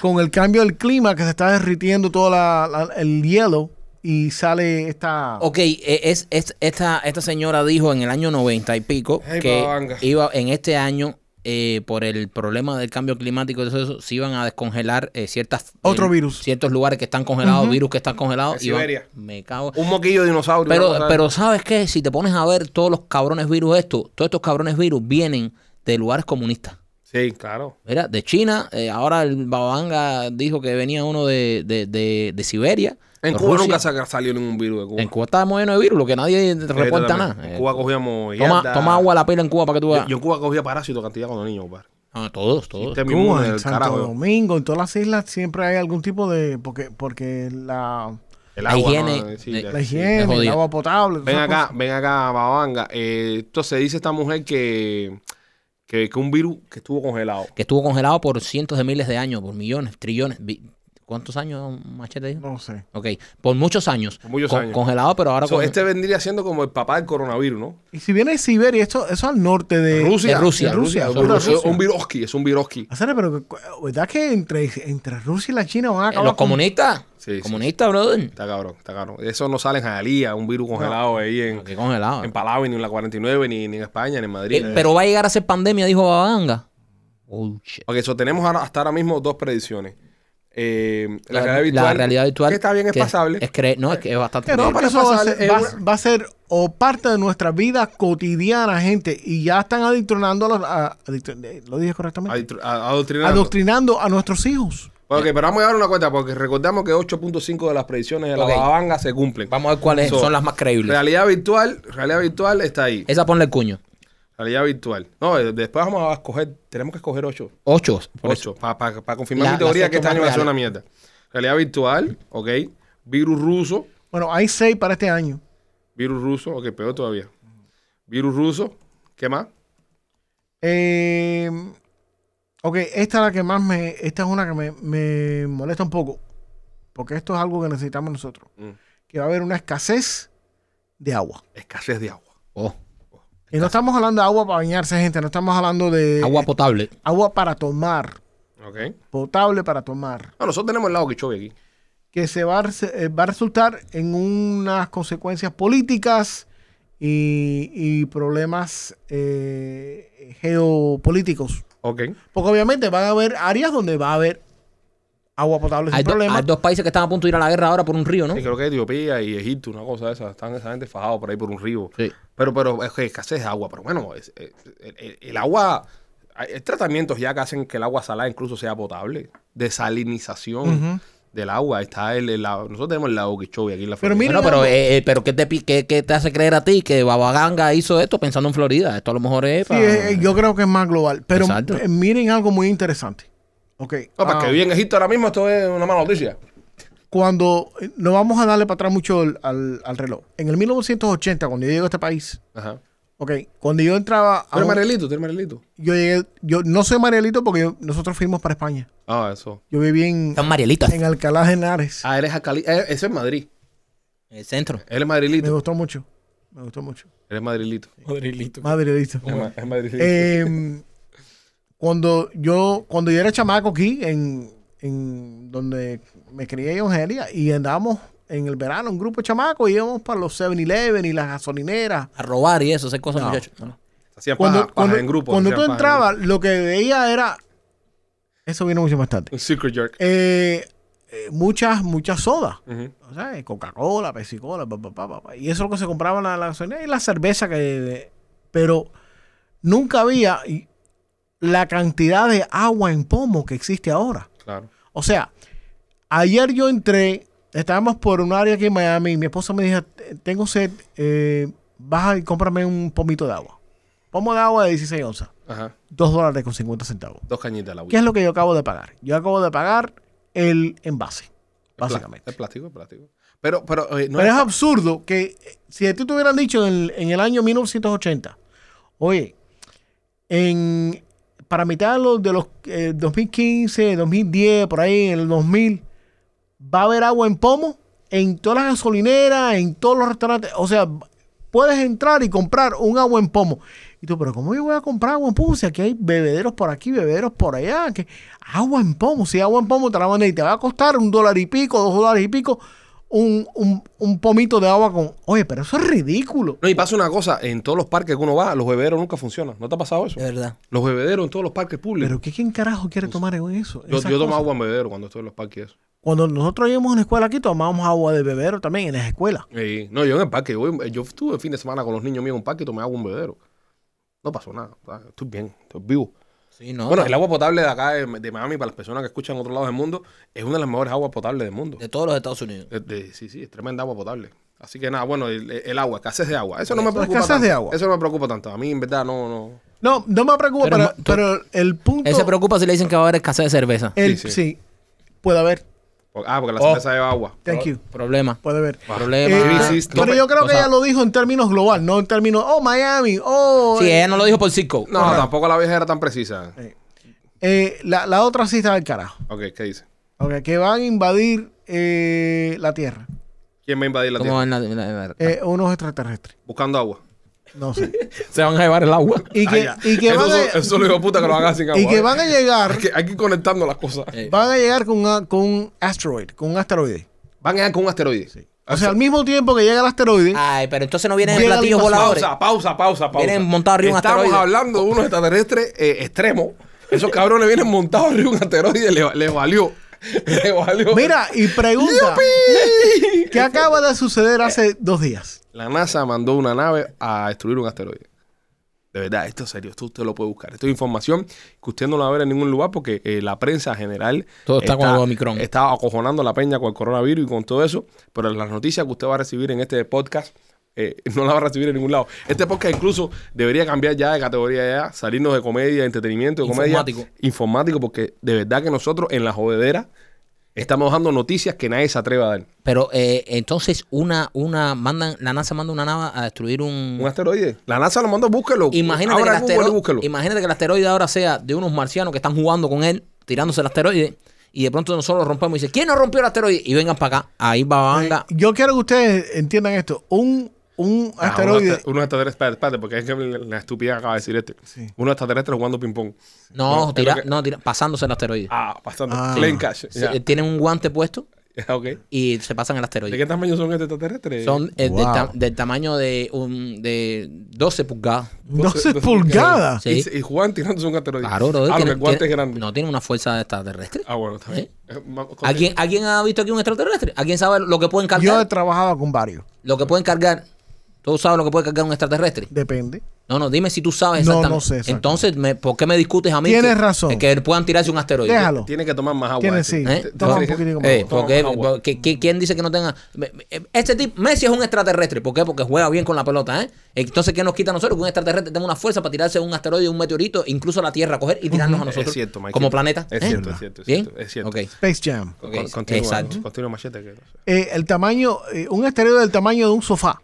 C: con el cambio del clima que se está derritiendo todo la- la- el hielo y sale esta...
B: Ok, eh, es, es- esta, esta señora dijo en el año 90 y pico
A: Ay,
B: que
A: babanga.
B: iba en este año, eh, por el problema del cambio climático y todo eso, se iban a descongelar eh, ciertas...
C: Otro
B: eh,
C: virus.
B: Ciertos lugares que están congelados, virus que están congelados.
A: En
B: iban-
A: Siberia.
B: me cago.
A: Un moquillo de dinosaurio. una
B: Pero,
A: cosa
B: pero ¿sabes qué? Si te pones a ver todos los cabrones virus estos, todos estos cabrones virus vienen de lugares comunistas.
A: así. Sí, claro.
B: Mira, de China, eh, ahora el Babanga dijo que venía uno de, de, de, de Siberia.
A: En
B: de
A: Cuba
B: Rusia.
A: nunca sa- salió ningún virus de Cuba.
B: En Cuba estábamos llenos de virus, lo que nadie reporta nada.
A: En
B: Eh,
A: Cuba cogíamos
B: toma,
A: yarda.
B: toma agua a la pila en Cuba para que tú
A: Yo,
B: veas.
A: yo en Cuba cogía parásitos cantidad cuando niño, compadre.
B: Ah, todos, todos.
A: Sistema inmune
C: Cuba, en
A: del
C: Santo
A: carajo.
C: Domingo, en todas las islas siempre hay algún tipo de... Porque, porque la,
A: El
B: La
A: agua,
B: higiene-
A: ¿no? Sí,
B: de-
A: ya,
C: la
A: sí.
C: higiene,
B: es
C: el
B: jodido.
C: agua potable. todas
A: Ven
C: esas
A: acá,
C: cosas.
A: ven acá, Babanga. Eh, entonces dice esta mujer que, que, que un virus que estuvo congelado.
B: Que estuvo congelado por cientos de miles de años, por millones, trillones. vi- ¿Cuántos años, Machete? dijo?
C: No sé.
B: Ok, por muchos años.
A: Por muchos
B: Con-
A: años.
B: Congelado, pero ahora
A: So,
B: con- eh,
A: este vendría siendo como el papá del coronavirus, ¿no?
C: Y si viene de Siberia, esto, eso al norte de...
A: Rusia.
B: de Rusia,
A: de
C: Rusia,
A: Es un-
C: Rusia.
A: es Un viroski, es un viroski.
C: Hacer, pero ¿verdad que entre, entre Rusia y la China van a
B: Eh,
C: acabar
B: los
C: con-
B: comunistas.
A: Sí, sí.
B: comunistas, brother.
A: Está cabrón, está cabrón. Eso no sale en Jalía, un virus congelado ahí en,
B: Qué congelado.
A: en Palau, ni en la 49, ni, ni en España, ni en Madrid.
B: Eh, pero va a llegar a ser pandemia, dijo Babanga. Oh, shit.
A: Ok, eso tenemos ahora- hasta ahora mismo dos predicciones. Eh, la, realidad
B: la
A: virtual.
B: realidad virtual,
A: Que está bien, es
B: que
A: pasable.
B: es cre- no, es que es bastante.
C: Pero
A: No, pero
C: este eso va a, ser,
A: es
C: va-
A: una-
C: va a ser o parte de nuestra vida cotidiana, gente, y ya están adoctrinando a los... a- adictro- ¿Lo dije correctamente?
A: Adoctr- a- Adoctrinando.
C: Adoctrinando a nuestros hijos.
A: Ok, pero vamos a dar una cuenta porque recordamos que 8.5 de las predicciones de la
B: Ok.
A: Babanga se cumplen.
B: Vamos a ver cuáles
A: So,
B: son las más creíbles.
A: Realidad virtual, realidad virtual está ahí.
B: Esa ponle el cuño.
A: Realidad virtual. No, eh, después vamos a escoger, tenemos que escoger 8.
B: Ocho. por eso.
A: 8, para confirmar
B: La-
A: mi teoría
B: las
A: que este
B: ocho
A: año va a
B: más
A: ser una mierda. Realidad virtual, ok. Virus ruso,
C: Bueno, hay seis para este año.
A: virus ruso, ok, peor todavía. Virus ruso, ¿qué más?
C: Eh, ok, esta es la que más me. Esta es una que me, me molesta un poco. Porque esto es algo que necesitamos nosotros.
A: Mm.
C: Que va a haber una escasez de agua.
A: Escasez de agua.
B: Oh,
C: Y no estamos hablando de agua para bañarse, gente. No estamos hablando
A: Eh,
C: de
B: agua potable.
C: agua para tomar.
A: Ok.
C: Potable para tomar.
A: No, nosotros tenemos el lado Kichobi aquí.
C: Que se va a, res- eh, va a resultar en unas consecuencias políticas y, y problemas eh, geopolíticos.
A: Ok.
C: Porque obviamente van a haber áreas donde va a haber agua potable sin
B: Hay, do-
C: problema.
B: hay dos países que están a punto de ir a la guerra ahora por un río, ¿no?
A: Sí, creo que Etiopía y Egipto, una cosa de esas, están esa gente fajados por ahí por un río.
B: Sí.
A: Pero, pero es que escasez de agua. Pero bueno, es- eh, el, el- el agua, hay hay tratamientos ya que hacen que el agua salada incluso sea potable. Desalinización del agua. Está el, el la- nosotros tenemos el lago Kichobi aquí en la
C: Pero
A: Florida.
C: mira,
B: Bueno, pero, eh, eh, pero ¿qué, te, pi- qué- qué te hace creer a ti que Babaganga hizo esto pensando en Florida? Esto a lo mejor es.
C: Sí,
B: para-
C: eh, eh, yo creo que es más global. Pero
B: Exacto.
C: eh, miren algo muy interesante. Ok.
A: No, para
C: ah,
A: que viva en Egipto ahora mismo, esto es una mala noticia.
C: Cuando eh, no vamos a darle para atrás mucho al, al- al reloj. En el 1980, cuando yo llego a este país,
A: Ajá.
C: ok, cuando yo entraba
A: Tú
C: a
A: eres
C: un-
A: Marielito, tú eres Marielito.
C: yo llegué, yo no soy Marielito porque yo- nosotros fuimos para España.
A: Ah, eso.
C: Yo viví en,
B: Están Marielitas.
C: en Alcalá de Henares.
A: Ah, eres Acali. eh, Eso es Madrid.
B: El centro.
A: Él es
C: Me
A: Madrilito.
C: gustó mucho. Me gustó mucho.
A: Él es Madrilito.
C: Madridista.
A: Es ma- es Madrilito.
C: Eh, cuando yo cuando yo era chamaco aquí en, en donde me crié en Angelia y andábamos en el verano un grupo de chamacos íbamos para los 7-Eleven y las gasolineras
B: A robar y eso, esas cosas, muchachos. No.
A: Hacían
C: cuando,
A: paja, paja
C: cuando,
A: en grupo.
C: cuando tú
A: hacían paja en
C: entrabas lo que veía era eso vino mucho más tarde
A: grupo. Un secret jerk.
C: eh, eh, muchas muchas sodas
A: Ujú.
C: o sea, eh, Coca-Cola, Pepsi-Cola, pa, pa, pa, pa, pa. y eso es lo que se compraba en la, la gasolina y la cerveza que... Pero nunca había y- la cantidad de agua en pomo que existe ahora.
A: Claro.
C: O sea, ayer yo entré, estábamos por un área aquí en Miami y mi esposa me dijo, tengo sed, eh, baja y cómprame un pomito de agua. Pomo de agua de 16 onzas,
A: Ajá.
C: 2 dólares con 50 centavos.
A: Dos cañitas al agua.
C: ¿Qué es lo que yo acabo de pagar? Yo acabo de pagar el envase,
A: Es pla-
C: básicamente.
A: Es plástico, es plástico. Pero, pero, eh, no
C: Pero es
A: es-
C: absurdo que eh, si a ti te hubieran dicho en, en el año 1980, oye, en, para mitad de los, de los eh, 2015, 2010, por ahí, en el 2000, va a haber agua en pomo en todas las gasolineras, en todos los restaurantes. O sea, puedes entrar y comprar un agua en pomo. Y tú, pero ¿cómo yo voy a comprar agua en pomo? Si aquí hay bebederos por aquí, bebederos por allá. Que... Agua en pomo. Si agua en pomo te la van a y te va a costar un dólar y pico, dos dólares y pico. un, un- un pomito de agua con. Oye, pero eso es ridículo.
A: No, y pasa una cosa, en todos los parques que uno va, los bebederos nunca funcionan. ¿No te ha pasado eso?
B: De verdad.
A: Los bebederos en todos los parques públicos.
C: Pero ¿qué quién carajo quiere tomar en eso?
A: Pues, Yo,
C: Esas
A: yo tomo
C: cosas.
A: agua en bebedero cuando estoy en los parques. y Eso.
C: Cuando nosotros íbamos a la escuela aquí, tomábamos agua de bebero también en las escuelas.
A: Y- no, yo en el parque. Yo, voy- yo estuve el fin de semana con los niños míos en un parque y tomé agua en un bebedero. No pasó nada. ¿sabes? Estoy bien, estoy vivo.
B: Sí, no.
A: Bueno,
B: de-
A: el agua potable de acá eh, de, de Miami, para las personas que escuchan en otros lados del mundo, es una de las mejores aguas potables del mundo.
B: de todos los Estados Unidos.
A: Eh, de- sí, sí, es tremenda agua potable. Así que nada, bueno, el, el agua, escasez de agua. Eso no me
C: Eso,
A: preocupa
C: escasez
A: tanto.
C: de agua.
A: Eso no me preocupa tanto. A mí, en verdad, no, no.
C: No, no me preocupa,
B: Pero
C: pero,
B: ma- tú-
C: pero el punto. Eh,
B: Él se preocupa si le dicen que va a haber escasez de cerveza.
C: el-
A: Sí,
C: sí,
A: sí.
C: puede haber.
A: Por- Ah, porque la
B: Oh.
A: cerveza lleva agua.
C: Thank you.
B: Problema.
C: Puede haber.
B: Problema.
C: Eh,
A: sí, sí,
C: pero
A: no,
C: yo creo
B: o
C: que
B: sea-
C: ella lo dijo en términos global, no en términos, oh, Miami, oh.
B: Sí,
C: eh,
B: ella no lo dijo por circo.
A: No, tampoco la vieja era tan precisa.
C: eh, la, la otra sí está del carajo.
A: Ok, ¿qué dice?
C: Ok, que van a invadir eh, la Tierra.
A: ¿Quién va a invadir la
B: ¿Cómo
A: tierra?
B: van la- la- la-
C: Eh, unos extraterrestres.
A: Buscando agua.
C: No sé.
B: Se van a llevar el agua.
C: Y que,
A: Ah, ya.
C: y que
A: eso,
C: van a,
A: eso- eso lo digo puta que lo hagan sin agua.
C: y que
A: ¿eh?
C: van a
A: Hay
C: llegar.
A: que, hay que ir conectando las cosas.
B: Eh,
C: Van a llegar con, una- con un asteroid, con un asteroide.
A: Van a llegar con un asteroide.
C: O sea, al mismo tiempo que llega el asteroide,
B: Ay, pero entonces no vienen en
C: eh, Llega
B: platillos
C: la misma-
B: voladores.
A: Pausa, pausa, pausa, pausa.
B: Vienen montados arriba de un
A: Estamos
B: asteroide.
A: hablando de unos extraterrestres eh, extremos. Esos cabrones vienen montados arriba de un asteroide. Les le valió. Les valió.
C: mira y pregunta: ¿Qué acaba de suceder hace dos días?
A: La NASA mandó una nave a destruir un asteroide. De verdad, esto es serio. Esto usted lo puede buscar. Esto es información que usted no la va a ver en ningún lugar porque eh, la prensa general
B: Todo está con el Omicron.
A: está acojonando la peña con el coronavirus y con todo eso. Pero las noticias que usted va a recibir en este podcast eh, no las va a recibir en ningún lado. Este podcast incluso debería cambiar ya de categoría, ya salirnos de comedia, de entretenimiento, de comedia.
B: Informático.
A: Informático, porque de verdad que nosotros en la jodedera estamos dando noticias que nadie se atreve a dar.
B: Pero eh, entonces una, una, mandan, la NASA manda una nave a destruir un.
A: Un asteroide. La NASA lo mandó, búsquelo.
B: Imagínate que,
A: Abra
B: el
A: Google y
B: asteroide,
A: búsquelo.
B: imagínate que el asteroide ahora sea de unos marcianos que están jugando con él, tirándose el asteroide, y de pronto nosotros lo rompemos y dice, ¿quién no rompió el asteroide? Y vengan para acá. Ahí va banda.
C: Yo quiero que ustedes entiendan esto. Un, un
A: Ah,
C: asteroide.
A: unos extraterrestres, espérate, espérate, porque es que la la estupidez que acaba de decir este. Unos extraterrestres jugando ping-pong.
B: No,
A: No,
B: tira,
A: creo que-
B: no tira- pasándose el asteroide.
A: Ah, pasando.
C: Ah.
A: Plain cash.
B: Se-
A: Ya.
B: tienen un guante puesto
A: Ok.
B: y se pasan el
A: ¿De
B: asteroide.
A: qué tamaño son estos extraterrestres?
B: Son eh, del,
C: Wow.
B: ta- del tamaño de un de 12 pulgadas.
C: 12,
A: 12
C: pulgadas.
B: Sí.
A: Y, y juegan tirándose un asteroide.
B: Claro, brother,
A: Ah, porque
B: tiene-
A: el guante
B: tiene-
A: es grande.
B: No tiene una fuerza extraterrestre.
A: Ah, bueno, está bien. Eh, vamos, con-
B: ¿Alguien, ¿Alguien ha visto aquí un extraterrestre? ¿Alguien sabe lo que pueden
C: Yo he
B: cargar?
C: trabajado con varios.
B: Lo que pueden cargar. ¿Tú sabes lo que puede cargar un extraterrestre?
C: Depende.
B: No, no, dime si tú sabes
C: No,
B: exactamente.
C: no sé exactamente.
B: Entonces, me- ¿por qué me discutes a mí?
C: Tienes
B: que-
C: razón.
B: Que puedan tirarse un asteroide.
C: Déjalo.
A: Tiene que tomar más agua.
C: Tiene
A: este.
C: sí.
B: ¿Eh?
C: Toma
A: Tiene
C: un
A: que-
C: poquito más.
B: Eh,
C: agua.
B: ¿por qué?
A: Toma agua.
B: ¿Por qué- qué- ¿Quién dice que no tenga.? me- me- Este tipo, Messi es un extraterrestre. ¿Por qué? Porque juega bien con la pelota, ¿eh? Entonces, ¿qué nos quita a nosotros? Que un extraterrestre tenga una fuerza para tirarse un asteroide, un meteorito, incluso a la Tierra, coger y tirarnos a nosotros.
A: Es cierto, Mike.
B: Como planeta.
A: Es
B: ¿eh?
A: cierto, es cierto. Es
B: ¿Bien?
A: cierto. Es cierto.
B: Ok.
C: Space Jam.
A: Con-
B: Ok,
A: con- Continúa,
B: exacto.
A: continúa, machete. que no sé.
C: Eh, el tamaño, eh, un asteroide del tamaño de un sofá.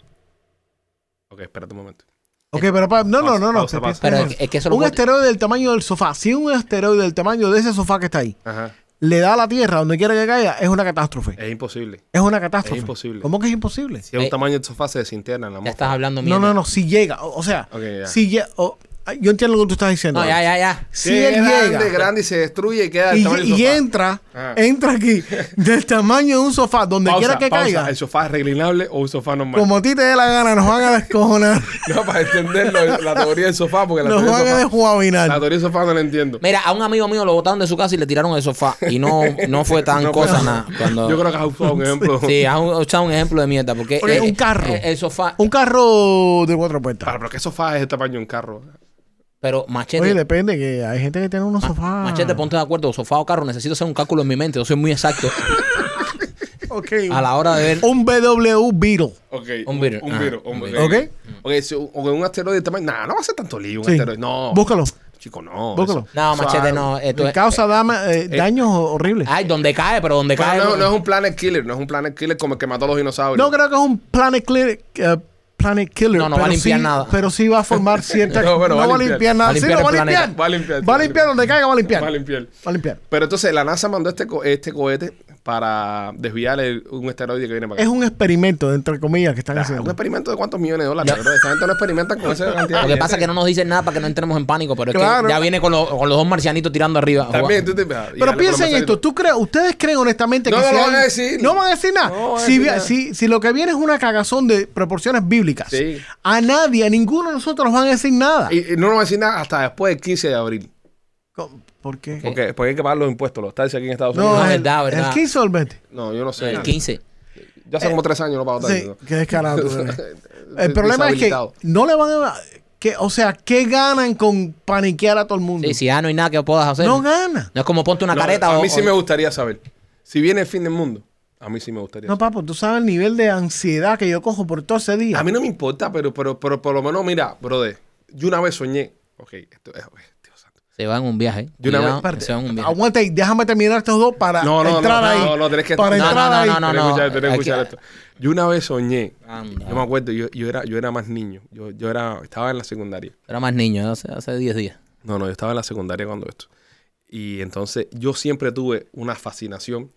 A: Ok, espérate un momento.
C: Ok,
B: Eh,
C: pero pa- no, no, no, no.
A: Pausa, pausa,
C: se piensa en
B: pausa.
C: eso.
B: Pero es que eso lo
C: un
B: puedo-
C: asteroide del tamaño del sofá. Si un asteroide del tamaño de ese sofá que está ahí
A: Ajá.
C: le da a la Tierra donde quiera que caiga, es una catástrofe.
A: Es imposible.
C: Es una catástrofe.
A: es imposible.
C: ¿Cómo que es imposible?
A: Si es un
B: Eh.
A: tamaño de sofá, se desintegra en la
B: Ya
A: mosca.
B: estás hablando mierda.
C: No, no, no. Si llega. O, o sea,
A: Ok, ya.
C: si llega. yo entiendo lo que tú estás diciendo.
B: No, ya, ya, ya.
C: Si
A: Qué
C: él
A: grande,
C: llega.
A: grande y se destruye y queda el
C: y,
A: tamaño del
C: y
A: sofá.
C: entra,
A: Ah.
C: entra aquí, del tamaño de un sofá, donde
A: Pausa,
C: quiera que
A: pausa.
C: caiga,
A: ¿El sofá es reclinable o un sofá normal?
C: como a ti te dé la gana, nos van a descojonar,
A: No, para entender lo- la teoría del sofá, porque la,
C: nos
A: teoría
C: van a
A: del sofá, la
C: desguabinar.
A: teoría del sofá no la entiendo.
B: Mira, a un amigo mío lo botaron de su casa y le tiraron el sofá. Y no, no fue tan
A: No,
B: cosa
A: pero-
B: nada. Cuando...
A: Yo creo que has usado un ejemplo.
B: Sí, has un- has usado un ejemplo de mierda. Porque eh,
C: Oye, un carro.
B: El, el sofá.
C: Un carro de cuatro puertas.
A: Para, pero ¿qué sofá es el tamaño de un carro?
B: Pero machete.
C: Oye, depende, que hay gente que tiene unos sofás.
B: Machete, ponte de acuerdo. Sofá o carro. Necesito hacer un cálculo en mi mente. Yo soy muy exacto
C: Ok,
B: a la hora de ver.
C: Un BW Beetle.
A: Ok.
B: Un Beetle.
A: Un
B: Ah,
A: Beetle, un
B: un
A: Beetle.
C: Beetle.
A: Ok. Ok, si un, o un asteroide de tamaño. Nah, no va a ser tanto lío un
C: Sí.
A: asteroide. No.
C: Búscalo.
A: Chico, no.
C: Búscalo.
A: Eso-
B: No,
A: eso
B: machete,
A: es-
B: no. Esto es-
C: Causa dama- eh, daños horribles.
B: Ay, donde cae, pero donde
A: Pero
B: cae.
A: no, no es un planet killer, no es un planet killer como el que mató a los dinosaurios.
C: No creo que es un Planet Clear- eh, Planet Killer.
B: No, no va a
C: pero
B: limpiar
C: sí-
B: nada.
C: Pero sí va a formar cierta.
A: No, bueno,
C: no va a limpiar
B: Va
C: nada.
B: a
C: Sí,
B: limpiar
C: no va a
B: el planeta.
C: limpiar.
A: Va a limpiar,
C: Va a
A: sí,
C: limpiar donde caiga, va a limpiar.
A: Va a limpiar.
C: Va a limpiar.
A: Pero entonces la NASA mandó este, co- este cohete para desviar el- un esteroide que viene para
C: Es
A: acá.
C: un experimento, entre comillas, que están
A: Ah,
C: haciendo.
A: un experimento de cuántos millones de dólares, bro. Esa gente no experimenta con esa cantidad.
B: Lo
A: de
B: que pasa es que
A: gente.
B: no nos dicen nada para que no entremos en pánico, pero es
A: Claro.
B: que ya viene con, los- con los dos marcianitos tirando arriba.
A: También, tú te- ah, y dale
C: Pero
A: con
C: piensen
A: los
C: en esto,
A: mensajes.
C: ¿tú crees, ustedes creen honestamente
A: No,
C: que
A: no
C: si
A: lo
C: hay-
A: van a decir.
C: no van a decir nada.
A: No van a
C: si,
A: decir
C: vi-
A: nada.
C: si- si lo que viene es una cagazón de proporciones bíblicas,
A: Sí.
C: a nadie, a ninguno de nosotros nos van a decir nada.
A: Y, y no nos va a decir nada hasta después del 15 de abril.
C: Eh. Co- ¿Por qué?
A: Porque, porque hay que pagar los impuestos, los taxis aquí en Estados
C: No,
A: Unidos.
B: No,
C: es el,
B: verdad, verdad.
C: el 15 o el 20.
A: No, yo no sé.
B: El 15.
A: Yo hace como tres años no pago taxis.
C: eh, Sí,
A: ¿no? Eh,
C: qué descarado. tú eres. el problema es que
A: Deshabilitado.
C: no le van a... Que, o sea, ¿qué ganan con paniquear a todo el mundo?
B: Sí, si ya no hay nada que puedas hacer.
C: No
B: No,
C: gana.
B: es como ponte una
A: No,
B: careta
A: A
B: o-
A: mí sí
B: o-
A: me gustaría saber. Si viene el fin del mundo, a mí sí me gustaría.
C: No, papo, tú sabes el nivel de ansiedad que yo cojo por todo ese día.
A: A mí no me importa, pero, pero, pero por lo menos, mira, brother, yo una vez soñé. Ok, esto es. Dios santo.
B: Se va en un viaje.
A: De una
B: Cuidado,
A: vez-
C: Parte-
B: se va en un viaje.
C: Aguanta y déjame terminar estos dos para
A: No, no,
C: entrar
A: no,
C: ahí.
A: no, no, tenés que-
C: para
A: No,
C: entrar
B: no, no,
C: ahí.
B: no,
A: Tenés
B: no.
A: que escuchar- tenés que
B: aquí-
A: escuchar esto. Yo una vez soñé.
B: Anda.
A: Yo me acuerdo, yo, yo era, yo era más niño. Yo, yo era, estaba en la secundaria.
B: Era más niño, hace hace 10 días.
A: No, no, yo estaba en la secundaria cuando esto. Y entonces yo siempre tuve una fascinación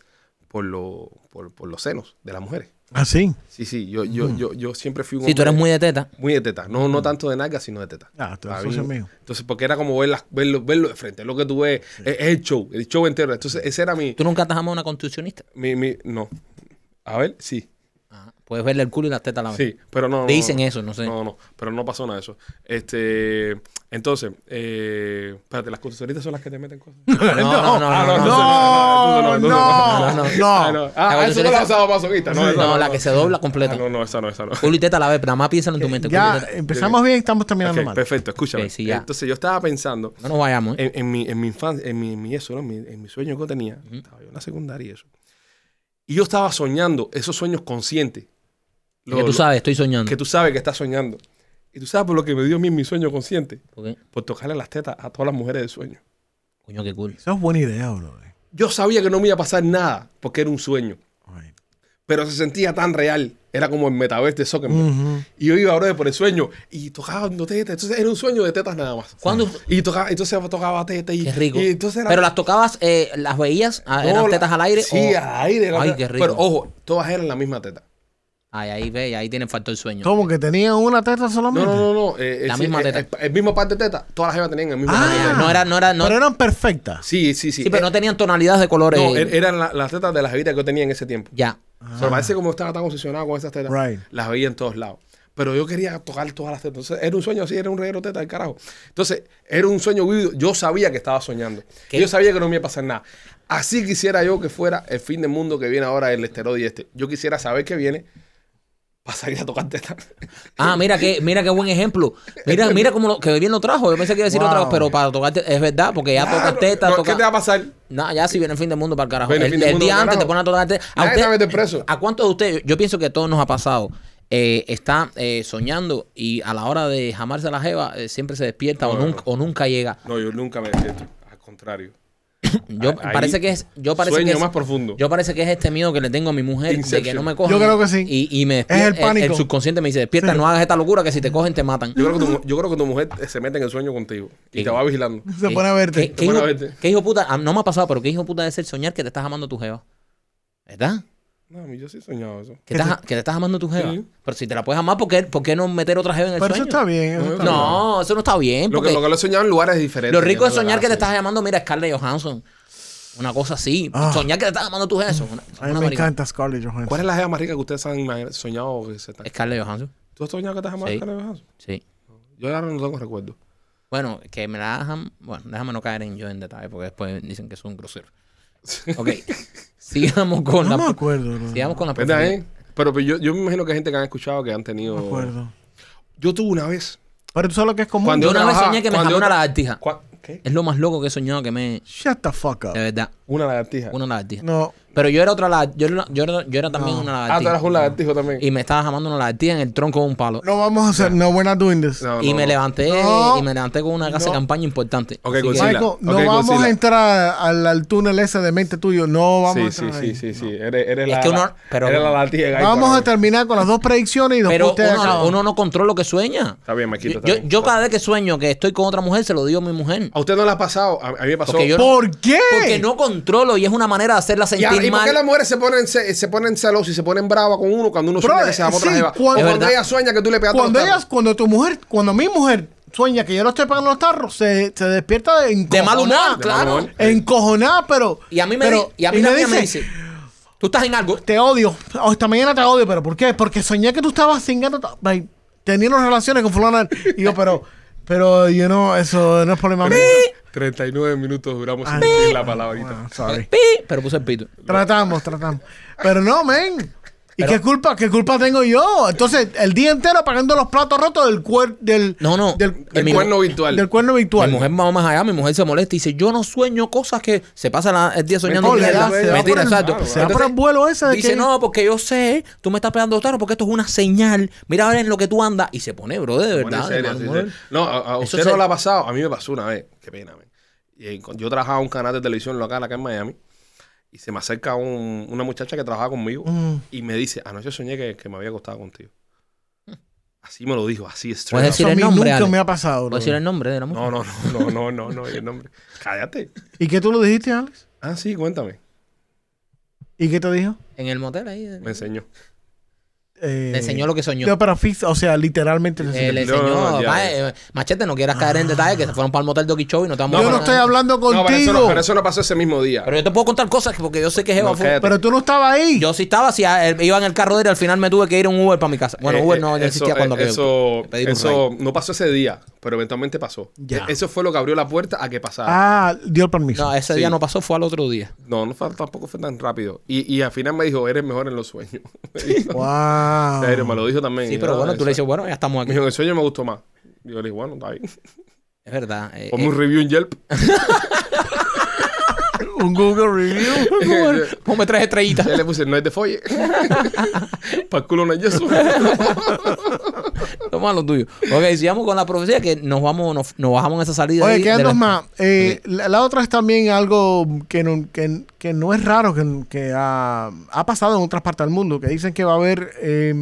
A: por, lo, por, por los senos de las mujeres.
C: Ah, sí.
A: Sí, sí, yo, yo,
C: Mm.
A: yo, yo siempre fui un
B: Si tú eres
A: hombre
B: muy de teta.
A: muy de teta. No, no tanto de nalga, sino de teta.
C: Ah, tú eres
A: Está
C: socio
A: bien.
C: mío.
A: Entonces, porque era como ver las- verlo, verlo de frente. Lo que tú ves es, es el show, el show entero. Entonces, ese era mi,
B: ¿Tú nunca te has amado a una constitucionista?
A: mi, mi- No. A ver, sí.
B: Ajá. Puedes verle el culo y las tetas a la vez.
A: Ah. Sí, pero no. no,
B: Dicen
A: no,
B: eso, no sé.
A: No, no, pero no pasó nada de eso. Este, entonces, eh, espérate, las consultoritas son las que te meten cosas.
B: No, no, no.
A: Ah, no,
B: no, no.
C: No,
A: no, no,
C: no, no.
A: Ah, no. Ah,
B: La
A: eso no la
B: consultorita-
A: usaba masoquista. No,
B: No,
A: esa no,
B: la
A: no.
B: que se dobla completa.
A: Ah, no, no, esa no, esa no.
B: Culo y teta a la vez, pero nada más piénsalo en tu mente. culo y
C: Ya
B: teta.
C: empezamos bien, estamos terminando
A: Ok,
C: mal.
A: perfecto, escúchame.
B: Ok, sí, ya.
A: Entonces, yo estaba pensando
B: No nos vayamos, ¿eh?
A: en, en mi, en mi infancia, en mi, en mi eso, ¿no? en, mi, en mi sueño que tenía, estaba yo en la secundaria y eso. Y yo estaba soñando esos sueños conscientes. Lo-
B: que tú
A: lo-
B: sabes, estoy soñando.
A: que tú sabes que estás soñando. Y tú sabes por lo que me dio a mí en mi sueño consciente.
B: Ok.
A: Por tocarle las tetas a todas las mujeres del sueño.
B: Coño, qué cool.
C: Eso es buena idea, bro.
A: Yo sabía que no me iba a pasar nada porque era un sueño.
C: Ay.
A: Pero se sentía tan real. Era como el metaverse de
B: Mm.
A: Zuckerberg.
C: Ujú.
A: Y yo iba, brother, por el sueño y tocaba tetas. Entonces era un sueño de tetas nada más.
B: ¿Cuándo?
A: Y tocaba, entonces tocaba tetas y.
B: Qué rico.
A: y entonces era-
B: Pero las tocabas, eh, las veías, ah,
A: No,
B: eran
A: la-
B: tetas al aire.
A: Sí,
B: o-
A: al aire. era-
B: Ay, qué rico.
A: Pero ojo, todas eran la misma teta.
B: Ay, ahí ve, ahí tiene falta el sueño.
C: ¿Cómo que tenían una teta
A: No,
C: solamente?
A: no, no, no. eh, eh,
B: La
A: sí,
B: misma
A: eh,
B: teta.
A: eh, El, mismo par de teta, todas las jevas tenían el mismo
C: Ah.
A: par de teta.
B: No era, no era, no.
C: Pero eran perfectas.
A: Sí, sí, sí.
B: sí, pero
A: Eh,
B: no tenían tonalidades de colores.
A: no, er- eran la- las tetas de las jevitas que yo tenía en ese tiempo.
B: Ya.
A: O sea, parece como estaba tan obsesionado con esas tetas.
C: Right.
A: Las veía en todos lados. Pero yo quería tocar todas las tetas. Entonces, era un sueño así, era un reguero de teta del carajo. Entonces, era un sueño vivido. Yo sabía que estaba soñando.
B: ¿Qué?
A: Yo sabía que no me iba a pasar nada. Así quisiera yo que fuera el fin del mundo que viene ahora el esteroide este. Yo quisiera saber que viene para salir a tocar tetas.
B: Ah, mira qué, mira qué buen ejemplo. Mira, mira cómo lo, que bien lo trajo. Yo pensé que iba a decir
C: Wow.
B: otra, pero para tocarte, es verdad, porque ya
A: Claro,
B: tocas teta,
A: no, ¿Qué
B: tocas.
A: te va a pasar?
B: No, ya si viene el fin del mundo para el carajo.
A: Viene el
B: el
A: fin del
B: el
A: mundo
B: día
A: para el
B: antes te
A: carajo.
B: ponen a tocar teta. ¿A,
A: Nadie te va a meter
B: usted,
A: preso.
B: ¿A cuántos de ustedes? Yo pienso que a todos nos ha pasado. eh, está eh, soñando y a la hora de jamarse a la jeva eh, siempre se despierta o,
A: No, no,
B: nunca, o nunca llega.
A: No, yo nunca me despierto. Al contrario.
B: Yo
A: Ahí-
B: parece que es, yo parece
A: sueño
B: que es-
A: más profundo.
B: Yo parece que es este miedo que le tengo a mi mujer de que
A: Inception.
B: no me cojan.
C: Yo creo que sí.
B: Y, y me
C: el
B: despierta, el,
C: pánico.
B: el subconsciente me dice, despierta, no hagas esta locura que si te cogen te matan.
A: Yo creo, que tu, mu- yo creo que tu mujer eh, se mete en el sueño contigo y
B: Sí.
A: te va vigilando.
C: Se pone a verte.
B: ¿Qué, qué
A: Te pone
B: hijo,
A: a verte.
B: qué hijo puta? Ah, No me ha pasado, pero qué hijo puta es el soñar que te estás amando a tu jeva. ¿Verdad?
A: No, a mí yo sí he soñado eso.
B: Que, estás, que te estás amando a tu jeva.
A: Sí.
B: Pero si te la puedes amar, ¿por qué, por qué no meter otra jeva en el
C: Pero eso
B: sueño?
C: está bien. eso está bien.
B: No, eso no está bien.
A: Lo
B: Porque
A: que,
B: lo,
A: lo que lo he soñado en lugares diferentes.
B: rico es
A: no
B: soñar que te
A: la-
B: estás llamando, mira, Scarlett Johansson. Una cosa así.
C: Ah.
B: Soñar que te estás llamando a tu jeva. Eso es una,
C: A mí
B: una
C: me
B: maricona.
C: encanta Scarlett Johansson.
A: ¿Cuál es la jeva más rica que ustedes han imagin- soñado? o Que se están...
B: Scarlett Johansson.
A: ¿Tú has soñado que te has amado
B: Sí.
A: Scarlett Johansson?
B: Sí.
A: Yo ahora no tengo recuerdo.
B: Bueno, que me la dejan. Bueno, déjame no caer en yo en detalle porque después dicen que soy un grosero. Ok. sigamos con la.
C: No me acuerdo, bro.
B: Sigamos con la
A: ¿Verdad,
B: preferida.
A: eh? Pero, pero yo, yo me imagino que hay gente que han escuchado que han tenido.
C: No me acuerdo.
A: Yo tuve una vez.
C: Pero tú sabes lo que es común.
A: Cuando-
B: Yo una vez
A: Trabajaba-
B: soñé que me
A: cuando
B: jamó
A: yo
B: una
A: tra-
B: lagartija.
A: ¿Cuá- ¿Qué?
B: Es lo más loco que he soñado que me.
C: Shut the fuck up.
B: De verdad.
A: Una lagartija.
B: Una lagartija.
C: No.
B: Pero yo era otra lagartija. Yo era, yo era, yo era también
A: Ah,
B: una
A: tú
B: lagartija.
A: eras un lagartijo también.
B: y me estaba jamando una lagartija en el tronco de un palo.
C: No vamos a hacer. No, we're not doing this.
A: No,
B: y
A: no,
B: me
A: no.
B: levanté
C: No.
B: y me levanté con una casa de campaña importante.
A: Ok,
B: Así que-
A: Godzilla.
C: Michael, no
A: Ok,
C: vamos
A: Godzilla.
C: a entrar al, al túnel ese de mente tuyo. No vamos
A: Sí,
C: a
A: sí,
C: entrar ahí.
A: sí, sí, sí. Eres, eres
B: Es
A: la,
B: que uno-
A: la-
B: pero-
A: eres la lagartija. de Gaita,
C: Vamos
A: bro.
C: a terminar con las dos predicciones y después
B: pero
C: ustedes
B: uno,
C: acaban.
B: no- uno no controla lo que sueña.
A: Está bien, Maquito,
B: Yo-
A: está
B: Yo,
A: bien.
B: yo cada vez que sueño que estoy con otra mujer, se lo digo a mi mujer.
A: ¿A usted no le ha pasado? A, a mí me pasó.
B: Porque yo-
C: ¿Por qué?
B: Porque no controlo y es una manera de hacerla
A: Y, ahora,
B: sentir
A: ¿y por qué las
B: mal.
A: mujeres se ponen, ce- se ponen celosas y se ponen bravas con uno cuando uno
C: Bro,
A: sueña que se va a otra
C: sí,
A: jeva? O
C: cuando-
A: Cuando,
B: Es verdad.
A: ella sueña que tú le pegas todos
C: Cuando
A: los
C: ellas,
A: tarros.
C: cuando tu mujer, cuando mi mujer sueña que yo no estoy pagando los tarros, se, se despierta de
B: De mal humor,
C: encojonada.
B: claro.
A: humor.
C: Encojonada, pero.
B: Y a mí me,
C: pero-
B: di- y a mí
C: y
B: la
C: me
B: mía me
C: dice,
B: dice, tú estás en algo.
C: Te odio. O esta mañana te odio, pero ¿por qué? Porque soñé que tú estabas cingando. ta- ay, Teniendo relaciones con fulana. Y yo, pero. Pero, yo no, eso no es problema mío.
A: 39 minutos duramos
C: Ah,
A: sin decir la palabrita.
C: Bueno, sorry.
B: Pi, Pero puse el pito.
C: Tratamos, tratamos. Pero no, men. ¿Y
B: Pero-
C: qué culpa, qué culpa tengo yo? Entonces, el día entero pagando los platos rotos del cuer, del,
B: No, no.
C: del,
B: El
A: El
B: mi-
A: cuerno virtual.
C: del cuerno virtual.
B: Mi mujer va más allá, mi mujer se molesta y dice, yo no sueño cosas que se pasa la- el día soñando.
C: Mentira,
B: mierda.
C: Oh, se va
B: Mentira,
C: por el-
B: exacto.
C: se va por el
B: Entonces,
C: vuelo ese de
B: Dice,
C: que-
B: no, porque yo sé, tú me estás pegando tarro porque esto es una señal. Mira a ver en lo que tú andas. Y se pone, bro, de
A: Bueno,
B: verdad.
A: en
B: de
A: serio,
B: mal
A: sí,
B: humor.
A: sí. No, a, a
B: Eso
A: usted
B: se-
A: no le ha pasado. A mí me pasó una vez. Qué pena, man. Y, eh, con- yo trabajaba en un canal de televisión local acá en Miami. Y se me acerca un- una muchacha que trabajaba conmigo
C: Mm.
A: y me dice, anoche soñé que, que me había acostado contigo. Así me lo dijo, así
B: Puedes
A: straight.
B: decir
C: Eso a
B: el
C: mí
B: nombre,
C: nunca
B: Ale.
C: me ha pasado.
B: ¿Puedo
C: bro.
B: decir el nombre de la mujer?
A: No, no, no, no, no, no, no, y el nombre. Cállate.
C: ¿Y qué tú lo dijiste, Alex?
A: Ah, sí, cuéntame.
C: ¿Y qué te dijo?
B: En el motel ahí.
A: Me enseñó.
C: Eh,
B: Le enseñó lo que soñó.
C: No, pero fix, o sea, literalmente. le
B: Eh,
C: enseñó.
B: le
A: No,
B: enseñó,
A: no, ya,
B: "Mae, eh, machete, no quieras caer en detalle que se fueron para el motel de Okeechobee y no estamos
C: yo no
B: hablando
C: estoy
B: nada".
C: hablando
A: No,
C: contigo.
A: pero eso
C: pero,
A: no, pero eso no pasó ese mismo día.
B: Pero yo te puedo contar cosas porque yo sé que Jeva
A: No,
B: fue-
A: cállate.
C: tú no estabas ahí.
B: Yo sí estaba, sí, a- él- iba en el carro de él, al final me tuve que ir a un Uber para mi casa. Bueno,
A: Eh,
B: Uber
A: eh,
B: no
A: eso,
B: ya existía cuando
A: eh,
B: que-
A: Eso,
B: que pedí un ride.
A: eso no pasó ese día, pero eventualmente pasó.
C: Ya.
A: Eh, Eso fue lo que abrió la puerta a que pasara.
C: ah, dio el permiso.
B: No, ese
A: Sí.
B: día no pasó, fue al otro día.
A: No, no fue, tampoco fue tan rápido. Y, y al final me dijo, eres mejor en los sueños. Me dijo.
C: Wow.
A: En serio, me lo dijo también.
B: Ah. Sí, pero
A: Ah,
B: bueno, tú le
A: eso.
B: dices, bueno, ya estamos
A: Me
B: aquí.
A: dijo, en el sueño me gustó más. Yo le dije, bueno, está bien.
B: Es verdad. eh,
A: Ponme
B: eh,
A: un review en Yelp.
C: Un Google review.
A: yo
B: Ponme tres estrellitas.
A: le puse, no es de folle. Para el culo no es yeso.
B: Toma lo tuyo. Ok, sigamos con la profecía que nos vamos, nos, nos bajamos en esa salida.
C: Oye,
B: ahí
C: quedan
B: de la-
C: dos más. Eh, la, la otra es también algo que no, que, que no es raro, que, que ha, ha pasado en otras partes del mundo, que dicen que va a haber eh,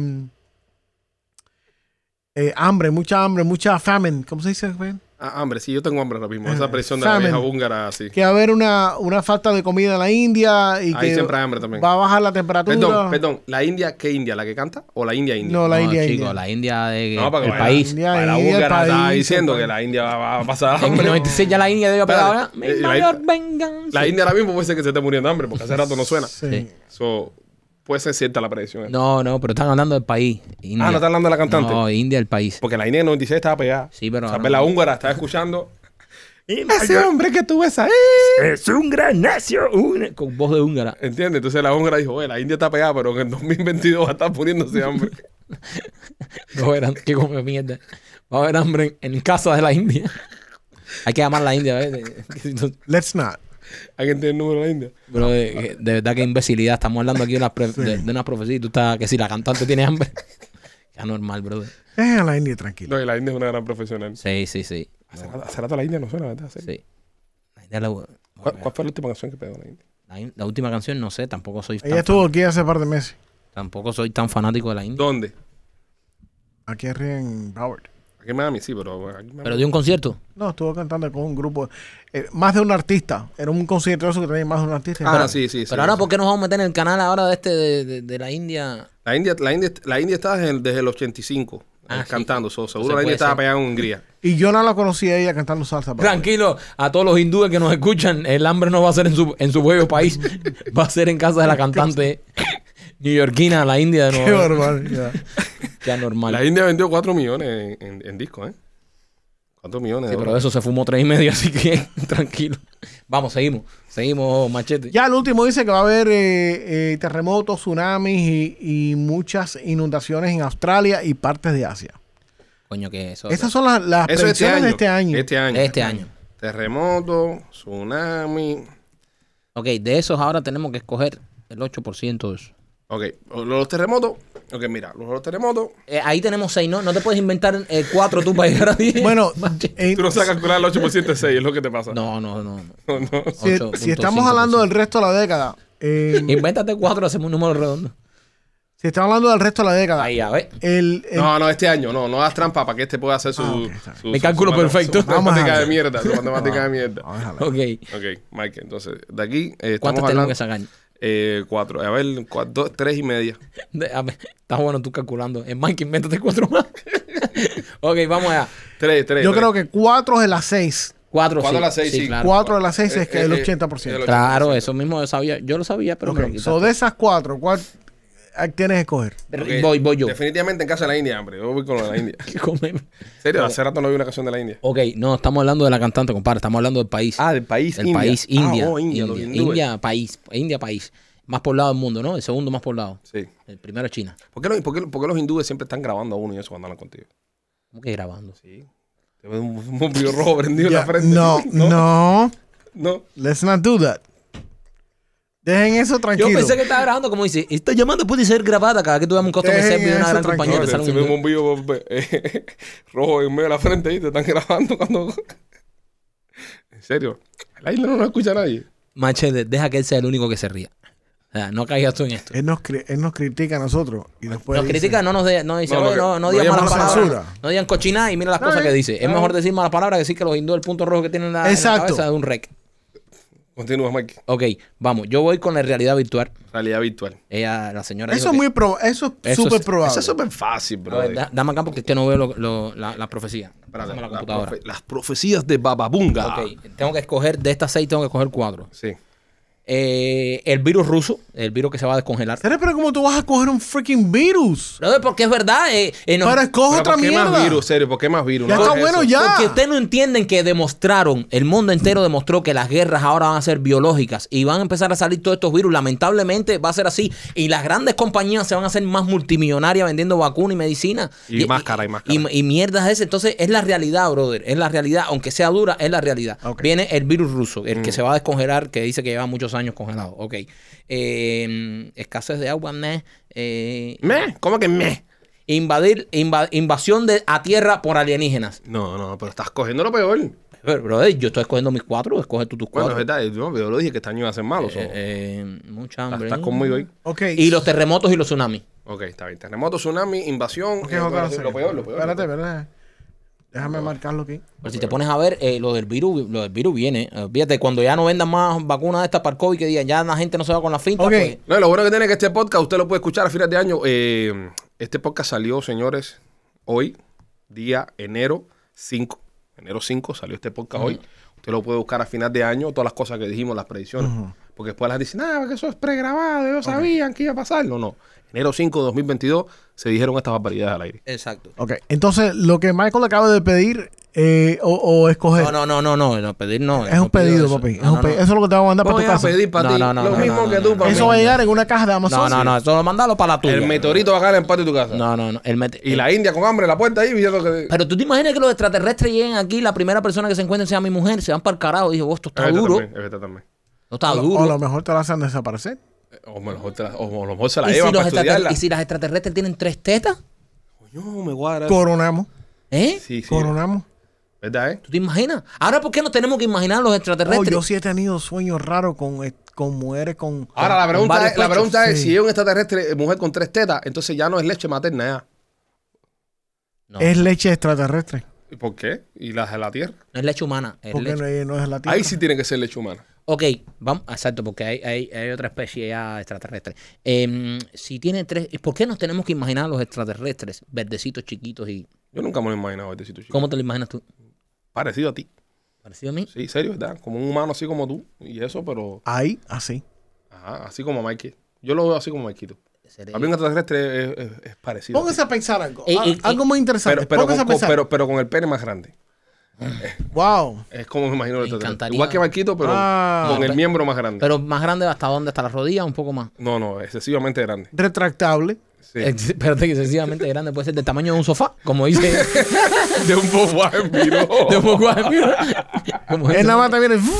C: eh, hambre, mucha hambre, mucha famine. ¿Cómo se dice? Ben?
A: ah, hambre, sí, yo tengo hambre ahora mismo.
B: Eh,
A: Esa presión de
C: Famine.
A: la vieja húngara, así.
C: Que va a haber una, una falta de comida en la India y
A: Ahí
C: que
A: siempre hay hambre también.
C: va a bajar la temperatura.
A: Perdón, perdón. ¿La India qué India? ¿La que canta? ¿O la India India?
C: No, la India,
B: chico,
C: India.
B: la India de,
A: No, para que
B: el
A: vaya.
B: país.
C: India,
A: Para la
C: India, el
A: húngara estaba
C: país,
A: diciendo
C: el
A: que
C: país.
A: la India va, va a pasar
B: En
A: hambre.
B: el 96 ya la India debe pegar ahora.
A: Espérate,
B: Mi
A: eh, la-
B: mayor venganza.
A: La India ahora mismo puede ser que se esté muriendo de hambre porque hace rato no suena.
C: Sí.
B: Sí.
A: So, puede ser cierta la predicción. esta.
B: No, no, pero están hablando del país. India.
A: Ah, no está hablando de la cantante.
B: No, India, el país.
A: Porque la India en 96 estaba pegada.
B: Sí, pero
A: O sea,
B: ahora
A: pues la
B: no.
A: húngara estaba escuchando. Ese
B: mayor-
A: hombre que tú ves ahí.
B: Es un gran necio. un- Con voz de húngara.
A: ¿Entiendes? Entonces la húngara dijo, oye, la India está pegada, pero en el 2022 va a estar muriéndose de hambre.
B: Va a haber hambre, que come mierda. Va a haber hambre en, en casa de la India. Hay que llamar a la India, ¿ves?
C: Let's not.
A: ¿Alguien tiene el número de la India?
B: Bro, de, de verdad que imbecilidad. Estamos hablando aquí de, las pre- de, de una profecía y tú estás... Que si la cantante tiene hambre. Ya normal, brother.
C: Dejen a la India tranquila.
A: No, y la India es una gran profesional.
B: Sí, sí, sí.
A: Hace rato, hace rato la India no suena, ¿verdad? Hace-
B: sí. La, India la-
A: ¿Cuál, cuál fue la última canción que pegó la India?
B: la in- la última canción, no sé. Tampoco soy,
C: Ella
B: tan,
C: estuvo aquí hace par de meses.
B: tampoco soy tan fanático de la India.
A: ¿Dónde?
C: Aquí arriba en Broward.
A: Aquí en Miami, sí, pero... Aquí en Miami.
B: Pero dio un concierto.
C: No, estuvo cantando con un grupo, eh, más de un artista. Era un concierto eso que tenía más de un artista.
A: Ah, sí, sí, sí.
B: Pero ahora,
A: sí.
B: ¿por qué nos vamos a meter en el canal ahora de este de, de- de la India?
A: La India, la India, la India está desde el, desde el 85
B: Ah,
A: eh,
B: sí.
A: cantando. so, seguro
B: Entonces
A: la India
B: puede
A: estaba
B: ser.
A: pegada en Hungría.
C: Y yo no la conocía a ella cantando salsa. pero-
B: Tranquilo, a todos los hindúes que nos escuchan, el hambre no va a ser en su, en su bello país, va a ser en casa de la cantante neoyorquina, la India de
C: Qué
B: nuevo.
C: barbaridad.
B: Ya normal.
A: La India vendió 4 millones en, en, en discos, ¿eh? 4 millones. de
B: Sí, pero de
A: dólares.
B: eso se fumó tres y medio, así que tranquilo. Vamos, seguimos. Seguimos, machete.
C: ya el último dice que va a haber eh, eh, terremotos, tsunamis y, y muchas inundaciones en Australia y partes de Asia.
B: Coño, que eso.
C: Esas son las, las
A: Eso es este
C: predicciones
A: año.
C: de este año.
A: Este año.
B: Este año.
A: Terremoto, tsunami.
B: Ok, de esos ahora tenemos que escoger el 8% de eso.
A: Ok, los terremotos. Ok, mira, los, los terremotos.
B: Eh, ahí tenemos seis, ¿no? No te puedes inventar eh, cuatro tú para llegar a 10.
C: Bueno, eh,
A: Tú no sabes calcular el 8% de 6, es lo que te pasa.
B: No, no, no. no.
A: No, no.
C: si, si
B: 8.5%.
C: estamos hablando del resto de la década, eh,
B: Invéntate cuatro, hacemos un número redondo.
C: Si estamos hablando del resto de la década.
B: Ahí, a ver.
C: El, el-
A: No, no, este año no, no das trampa para que este pueda hacer su.
C: Ah, ok, está bien.
A: su-
B: Mi
A: su-
B: cálculo
A: su mate-
B: perfecto.
A: Su
C: Vamos
A: matemática
C: a
A: de
C: ver.
A: mierda, su matemática de mierda.
C: Vamos a dejarlo.
B: Ok.
A: Ok, Mike, entonces, de aquí. eh, estamos
B: ¿Cuántas tenemos
A: hablando,
B: que sacar?
A: Eh, cuatro. A ver, cua- dos, tres y media.
B: De- a ver, está bueno tú calculando. Es Mike, invéntate cuatro más. ok, vamos allá.
A: Tres, tres.
C: Yo
A: tres.
C: creo que 4 de las 6.
B: Cuatro,
A: Cuatro
B: sí.
A: a las seis, sí.
B: claro.
C: 4 de las 6 es que
A: Eh,
C: el
A: eh,
C: 80%.
A: el
B: Claro, eso mismo yo sabía. Yo lo sabía, pero
C: Ok,
B: me lo quitaste.
C: so de esas 4, ¿cuál a- tienes que escoger?
A: Ok,
B: Voy, voy yo.
A: Definitivamente en casa de la India, hombre. Yo voy con lo de la India.
B: ¿Qué comemos?
A: En serio, hace rato no vi una canción de la India.
B: Ok, no, estamos hablando de la cantante, compadre. Estamos hablando del país.
A: Ah, del país
B: del
A: India.
B: país India.
A: Ah, oh, India, los
B: India,
A: hindúes.
B: India, país. India, país. Más poblado del mundo, ¿no? El segundo más poblado.
A: Sí.
B: El primero es China.
A: ¿Por qué, los, por qué- por qué los hindúes siempre están grabando a uno y eso cuando hablan contigo?
B: ¿Cómo que grabando?
A: Sí. Te veo un, un bombillo rojo prendido en
C: Ya,
A: la frente.
C: no, no,
A: No.
C: Let's not do that. Dejen eso
B: Yo
C: tranquilo.
B: pensé que estaba grabando, como dice, esta llamada puede ser grabada cada que tú veas un customer
C: Dejen
B: service de una
C: eso
B: gran
C: tranquilo.
B: compañía.
A: No,
B: te
A: te-
B: sale un
A: se ve un
B: hindú.
A: bombillo eh, rojo en medio de la frente y te están grabando cuando. en serio. La India no nos escucha a nadie.
B: Machete, deja que él sea el único que se ría. O sea, no caigas tú en esto.
C: Él nos, cri- él nos critica a nosotros y después
B: Nos
C: Eh, pues dice-
B: critica, no nos de- no dice,
A: No,
B: "Oye,
A: no,
B: no,
A: que-
B: no,
A: no
B: digan
A: llamamos
B: malas palabras.
C: censura.
B: No digan cochina y mira las
C: Está
B: cosas que
C: bien,
B: dice. Es
C: está
B: mejor
C: bien.
B: decir malas palabras que decir que los hindúes el punto rojo que tienen en la, en la
C: Exacto.
B: cabeza de un rec.
A: Continúa, Mike.
B: Ok, vamos, yo voy con la realidad virtual.
A: Realidad virtual.
B: Ella, la señora.
C: Eso
B: dijo
C: es
B: que-
C: muy proba- eso es
B: Eso
C: súper
B: es-
C: probable.
A: Eso es súper fácil, bro.
B: A ver, da- dame acá porque es que no veo lo- lo- la, la profecía.
A: Espérate,
B: Dame la
A: la
B: computadora.
A: profe- las profecías de Bababunga.
B: Ok, tengo que escoger, de estas seis tengo que escoger cuatro.
A: Sí.
B: Eh, el virus ruso, el virus que se va a descongelar.
C: Pero, pero ¿cómo tú vas a coger un freaking virus?
B: Brother, porque es verdad. eh, eh, no-
C: Pero escoge
A: Pero,
C: otra
A: ¿Por qué
C: mierda.
A: más virus, serio? ¿Por qué más virus?
C: Ya
A: No
C: está
A: hagas
C: bueno,
A: eso.
C: ya.
B: Porque ustedes no entienden que demostraron, el mundo entero demostró que las guerras ahora van a ser biológicas y van a empezar a salir todos estos virus. Lamentablemente va a ser así. Y las grandes compañías se van a hacer más multimillonarias vendiendo vacuna y medicina.
A: Y máscara, y máscara.
B: Y, y mierdas de ese. Entonces es la realidad, brother. Es la realidad. Aunque sea dura, es la realidad.
C: Ok.
B: Viene el virus ruso, el
A: Mm.
B: que se va a descongelar, que dice que lleva muchos años congelado. Ok. Eh, escasez de agua, meh. Eh,
A: ¿Me? ¿Cómo que me?
B: invadir, inva- invasión de, a tierra por alienígenas.
A: No, no, pero estás cogiendo lo peor.
B: Pero, brother, yo estoy escogiendo mis cuatro, escoge tú tus
A: Bueno,
B: cuatro.
A: es verdad, yo, yo lo dije que este año va a ser malo. so.
B: Eh, eh, mucha
A: Estás-
B: hambre.
A: estás conmigo ahí.
C: Ok.
B: Y los terremotos y los tsunamis.
A: Ok, está bien. Terremoto, tsunami, invasión.
C: Ok,
A: eh,
C: otra
A: bueno,
C: cosa.
A: lo peor, lo peor.
C: Espérate, espérate. Déjame marcarlo aquí.
B: Pero si te pones a ver, eh, lo del virus, lo del virus viene. Eh, Fíjate, cuando ya no vendan más vacunas de estas para el COVID, que digan, ya la gente no se va con la finta.
C: Ok.
B: pues,
A: No, lo bueno que tiene es que este podcast, usted lo puede escuchar a finales de año. Eh, este podcast salió, señores, hoy, día enero 5. Enero 5 salió este podcast hoy. Usted lo puede buscar a final de año, todas las cosas que dijimos, las predicciones. Porque después las dicen, ah, que eso es pregrabado, ellos sabían que iba a pasar. No, no. Enero 5 de 2022 se dijeron estas barbaridades al aire.
B: Exacto.
C: Ok. Entonces, lo que Michael acaba de pedir eh, o, o escoger.
B: No, no, no, no, no, no, pedir no.
C: Es
B: no
C: un
B: pido
C: pedido,
B: eso.
C: papi. Es
B: No,
C: un
B: no,
C: pedido.
B: no.
C: Eso es lo que te vamos a mandar para
A: Voy
C: tu
A: a
C: casa.
A: pedir para
B: No,
A: ti
B: no, no,
A: lo
B: no,
A: mismo
B: no,
A: que
B: no,
A: tú
B: no,
A: para mí.
C: Eso va a llegar en una caja de Amazon.
B: No, no, no, eso lo mandalo para la tuya.
A: El meteorito va a caer en el patio de tu casa.
B: No, no, no. El mete-
A: Y la India con hambre en la puerta ahí viendo que.
B: Pero tú te imaginas que los extraterrestres lleguen aquí, la primera persona que se encuentren sea mi mujer, se van para el carajo. Dijo, "Oh, esto está
A: Es verdad
B: duro.
A: también, es verdad también.
B: No está
C: O lo-
B: duro.
C: O a lo mejor te lo hacen desaparecer.
A: O a lo mejor te la- o a lo mejor se la
B: ¿Y si,
A: llevan
B: los
A: para
B: extrater-
A: estudiarla.
B: y si las extraterrestres tienen tres tetas?
A: Coño, me guarda.
C: Coronamos.
B: ¿Eh?
A: Sí, sí.
C: Coronamos.
A: ¿Verdad, eh?
B: ¿Tú te imaginas? Ahora, ¿por qué nos tenemos que imaginar a los
C: Oh,
B: extraterrestres?
C: yo sí he tenido sueños raros con, eh, con mujeres, con.
A: Ahora la pregunta
B: varios
A: es, la
B: pechos,
A: pregunta es
C: sí.
A: si es un extraterrestre, eh, mujer con tres tetas, entonces ya no es leche materna ya.
B: No,
C: Es leche extraterrestre.
A: ¿Y ¿Por qué? ¿Y las de la Tierra?
B: no es leche humana, es
C: Porque
B: leche.
C: no es, no es la tierra.
A: Ahí sí tiene que ser leche humana.
B: Ok, vamos, exacto, porque hay, hay- hay otra especie ya extraterrestre. Em, si tiene tres, ¿por qué nos tenemos que imaginar a los extraterrestres? Verdecitos, chiquitos y...
A: Yo nunca me lo he imaginado este sitio, chico.
B: ¿Cómo te lo imaginas tú?
A: Parecido a ti.
B: ¿Parecido a mí?
A: Sí, serio, ¿verdad? Como un humano así como tú y eso, pero
C: Ahí, así.
A: ajá, así como Mikey. Yo lo veo así como Mikey.
B: Seré-
A: A mí un extraterrestre es, es- es parecido. a ti.
C: Póngase a pensar algo.
B: Eh,
C: a-
B: eh,
C: algo muy interesante.
A: Pero, pero,
C: Póngase
A: con,
C: a pensar.
A: pero, pero con el pene más grande.
C: wow.
A: Es como me imagino el
B: Me
A: extraterrestre.
B: encantaría.
A: Igual que Marquito, pero
C: Ah.
A: con el
B: Pero-
A: miembro más grande.
B: Pero más grande, ¿hasta dónde? ¿Hasta la rodilla? Un poco más.
A: No, no, excesivamente grande.
C: Retractable.
A: Sí.
B: Eh, Espérate, que excesivamente grande puede ser del tamaño de un sofá, como dice...
A: De un Volkswagen Viró.
B: de un poco como
C: Él
B: dice-
C: nada más también.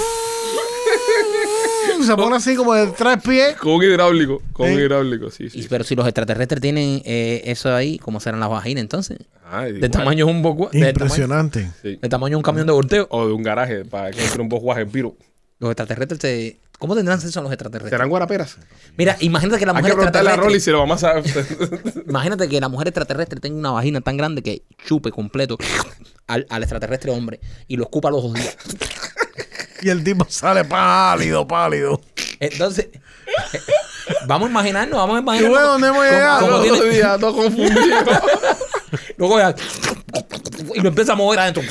C: Se pone así como de tres pies.
A: Con un hidráulico. Con un
C: Sí.
A: hidráulico, sí,
B: Y-
A: sí.
B: pero si los extraterrestres tienen eh, eso ahí, ¿cómo serán las vaginas entonces?
A: Ay,
B: De
A: igual,
B: tamaño un poco. De tamaño,
C: Impresionante.
A: sí.
B: de tamaño un camión de volteo.
A: O de un garaje para que entre un Volkswagen Viró.
B: Los extraterrestres se ¿Cómo tendrán sexo los extraterrestres?
A: ¿Serán guaraperas?
B: Mira, imagínate que la
A: Hay que
B: mujer
A: preguntarle a Rolly
B: extraterrestre.
A: si lo vamos a...
B: Imagínate que la mujer extraterrestre tenga una vagina tan grande que chupe completo al, al extraterrestre hombre y lo escupa a los ojos.
C: Y el tipo sale pálido, pálido.
B: Entonces, eh, vamos a imaginarnos, vamos a
C: ¿Y
B: imaginarnos.
C: bueno, dónde hemos
B: cómo-
C: llegado?
B: cómo tiene-
A: días, no confundido.
B: Luego ya- y lo empieza a mover adentro.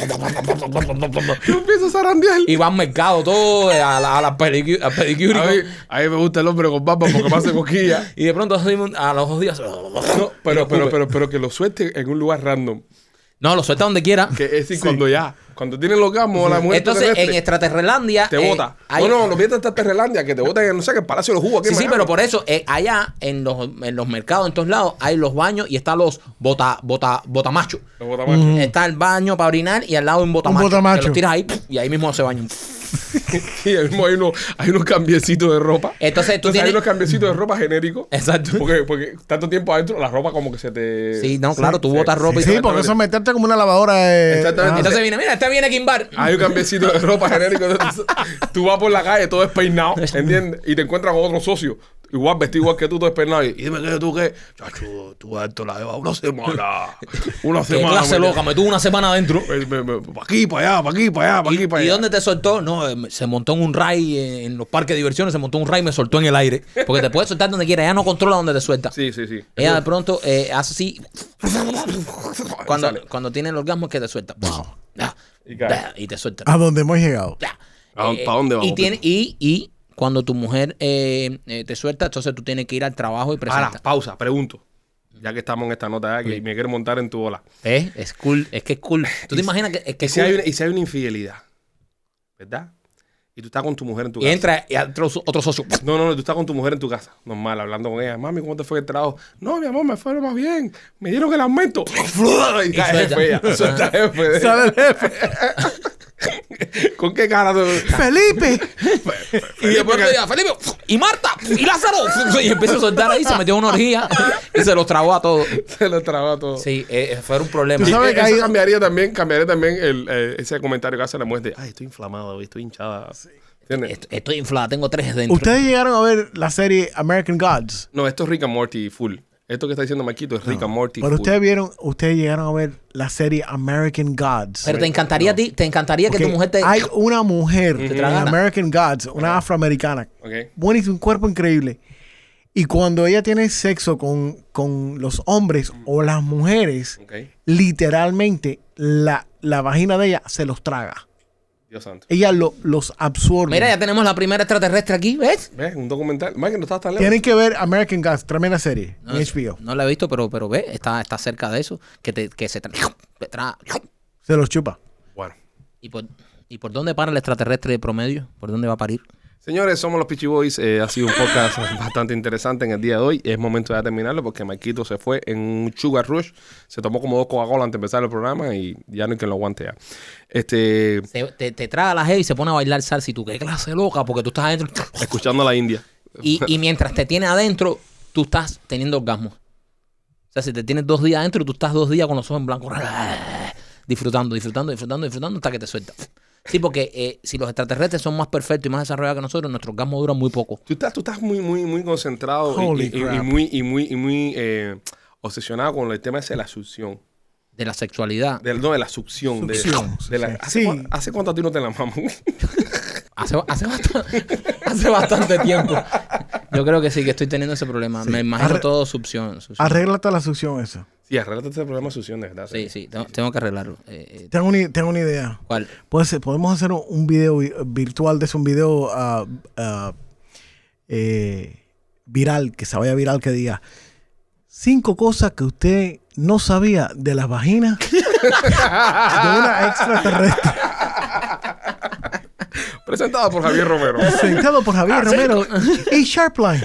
A: Yo empiezo a zarandear.
B: Y va al mercado todo, eh, a la, a la pedicu- a pedicure.
A: A mí, a mí me gusta el hombre con papas porque me hace coquilla.
B: Y de pronto a los dos días.
A: No,
B: y
A: pero,
B: lo
A: pero,
B: escupe.
A: pero, pero que lo suelte en un lugar random.
B: No, lo suelta donde quiera.
A: Que es decir, cuando ya, cuando tiene el orgasmo, la mujer
B: Entonces, en
A: terrestre,
B: Extraterrelandia.
A: te
B: eh,
A: bota.
B: hay-
A: no, no, no pierdas esta Terrelandia, que te botan en, no sé, que el Palacio de los Jugos aquí
B: Sí,
A: en
B: sí,
A: Miami.
B: pero por eso, eh, allá en los, en los mercados, en todos lados, hay los baños y están los bota, bota, botamachos.
A: Lo bota macho.
B: Está el baño para orinar y al lado hay un botamacho.
C: botamacho.
B: Te lo tiras ahí y ahí mismo se bañan.
A: Sí, ahí mismo hay, uno- hay unos cambiecitos de ropa.
B: Entonces, tú
A: hay
B: tienes-
A: unos cambiecitos de ropa genéricos.
B: Exacto.
A: Porque, porque tanto tiempo adentro, la ropa como que se te.
B: Sí, no, claro, tú
A: se-
B: botas ropa y
A: se-
C: Sí, porque eso es meterte como una lavadora
A: Exactamente.
C: de.
B: Entonces viene, mira, este viene Kimbar.
A: Hay un cambiecito de ropa genérico. Entonces, tú vas por la calle todo despeinado, ¿entiendes? Y te encuentras con otro socio. Igual vestido igual que tú, todo despeinado. Y y dime que tú qué. Chacho, tú alto la llevas una semana. Una
B: Qué
A: semana.
B: clase
A: me-
B: loca, me tuvo una semana adentro.
A: me- me- me- Pa' aquí, pa' allá, pa' aquí, pa' allá, pa'
B: ¿Y,
A: aquí, pa'
B: y
A: allá.
B: dónde te soltó? No, eh, me- se montó en un ray eh, en los parques de diversiones, se montó un ray y me soltó en el aire. Porque te puede soltar donde quiera, ella no controla donde te suelta.
A: Sí, sí, sí.
B: Ella de pronto eh, hace así.
A: Sale.
B: Cuando, cuando tiene el orgasmo es que te suelta. Ah,
A: Y cae.
B: Y te suelta.
C: Ah, ¿A dónde hemos llegado?
B: Ya. Eh,
A: ¿A dó- pa' dónde vamos,
B: Y, tiene, y, y cuando tu mujer eh, eh, te suelta, entonces tú tienes que ir al trabajo y
A: Ahora,
B: presentar.
A: pausa, pregunto. Ya que estamos en esta nota, ya que me quiero montar en tu ola.
B: ¿Eh? Es cool. Es que es cool. ¿Tú te imaginas que es que
A: Y
B: es
A: si, hay
B: cool?
A: una, y si hay una infidelidad, ¿verdad? Y tú estás con tu mujer en tu
B: Y
A: casa.
B: entra y otro, otro socio.
A: No, no, no, tú estás con tu mujer en tu casa, normal, hablando con ella. Mami, ¿cómo te fue el trabajo? No, mi amor, me fue lo más bien. Me dieron el aumento. y cae
B: suelta.
A: jefe ya. Suelta jefe.
C: Sale el jefe.
A: ¿Con qué cara? te-
C: ¡Felipe!
B: Y después te diga, Felipe, y Marta, y Lázaro. Y empieza a soltar ahí, se metió en una orgía y se los trabó a todos.
A: Se lo traba todo.
B: Sí, eh, fue un problema.
C: Tú
A: Y
C: sabes
A: e-
C: que
A: eso
C: hay-
A: cambiaría también, cambiaría también el, eh, ese comentario que hace la mujer de, ay, estoy inflamada hoy, estoy hinchada. ¿Entiendes?
B: Est- Estoy inflada, tengo tres dentro.
C: Ustedes llegaron a ver la serie American Gods.
A: No, esto es Rick and Morty full. Esto que está diciendo Maquito es Rick and Morty
C: Pero
A: full.
C: ustedes vieron, ustedes llegaron a ver la serie American Gods.
B: Pero te encantaría a ti, te encantaría que
C: Ok,
B: tu mujer te.
C: Hay una mujer en
B: tragara.
C: American Gods, una afroamericana.
A: Ok.
C: Buenísimo, un cuerpo increíble. Y cuando ella tiene sexo con, con los hombres o las mujeres,
A: Ok.
C: literalmente la, la vagina de ella se los traga.
A: Dios santo.
C: Ella lo- los absorbe.
B: Mira, ya tenemos la primera extraterrestre aquí, ¿ves?
A: ¿Ves? Un documental. Mike, no estás tan lejos.
C: Tienen que ver American Gods, tremenda serie
B: No,
C: en
B: es-
C: HBO.
B: No la he visto, pero, pero ve, está, está cerca de eso. Que, te, que se tra- te tra-
C: Se los chupa.
A: Bueno.
B: ¿Y por, ¿Y por dónde para el extraterrestre de promedio? ¿Por dónde va a parir?
A: Señores, somos los Peachy Boys. Eh, ha sido un podcast bastante interesante en el día de hoy. Es momento de terminarlo porque Maquito se fue en un sugar rush. Se tomó como dos Coca-Cola antes de empezar el programa y ya no hay quien lo aguante ya. Este,
B: Se- te, te traga la jeva y se pone a bailar salsa y tú, qué clase loca, porque tú estás adentro.
A: escuchando a la India.
B: Y, y mientras te tiene adentro, tú estás teniendo orgasmo. O sea, si te tienes dos días adentro, tú estás dos días con los ojos en blanco. Disfrutando, disfrutando, disfrutando, disfrutando hasta que te suelta. Sí, porque eh, si los extraterrestres son más perfectos y más desarrollados que nosotros, nuestro orgasmo dura muy poco.
A: Tú estás, tú estás muy, muy, muy concentrado y-
C: Holy
A: y, y- y
C: crap.
A: muy, y muy, y muy eh, obsesionado con el tema ese de la succión.
B: De la sexualidad.
A: Del, no, de la succión. de-
C: Succión,
A: de la-
C: succión.
A: ¿hace,
C: Sí.
A: cuán- hace cuánto a ti no te la mamamos?
B: Hace, hace, bastan- hace bastante tiempo. Yo creo que sí, que estoy teniendo ese problema. Me imagino
C: Arre-
B: todo succión. succión.
C: Arréglate la succión eso.
A: sí, arreglate este programa de succión, de verdad.
B: Sí, sí, tengo, tengo que arreglarlo. Eh, eh,
C: Tengo una, tengo una idea.
B: ¿Cuál?
C: Puede ser- podemos hacer un, un video vi- virtual de eso, un video ah, ah, eh, viral, que se vaya viral, que diga cinco cosas que usted no sabía de las vaginas de una extraterrestre.
A: Presentado por Javier Romero.
C: Presentado por Javier Romero y Sharpline.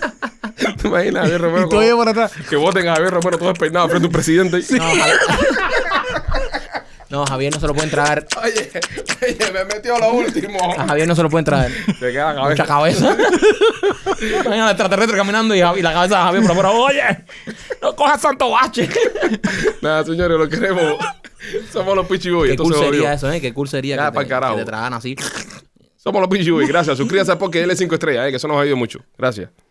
A: ¿Te imaginas, Javier
C: Y
A: Romero?
C: todavía
A: como-
C: por atrás.
A: Que voten a Javier Romero todo despeinado frente a un presidente.
B: No, Javier. No, Javier no se lo pueden tragar.
A: Oye, oye, me metió lo último.
B: A Javier no se lo pueden tragar.
A: Se queda la
B: Mucha
A: cabeza.
B: cabeza. Imagina al extraterrestre caminando y, Javi- y la cabeza de Javier por afuera. Oye, no cojas santo bache.
A: Nada, señores, lo queremos. Somos los Pichiboy.
B: Qué
A: Esto
B: cool
A: se
B: sería
A: volvió.
B: eso, ¿eh? Qué cool sería
A: Ya,
B: que,
A: pa'l
B: te,
A: carajo.
B: que te tragaran así.
A: Somos los Pichiboy. Gracias. Suscríbase porque él es 5 estrellas, eh, que eso nos ha ido mucho. Gracias.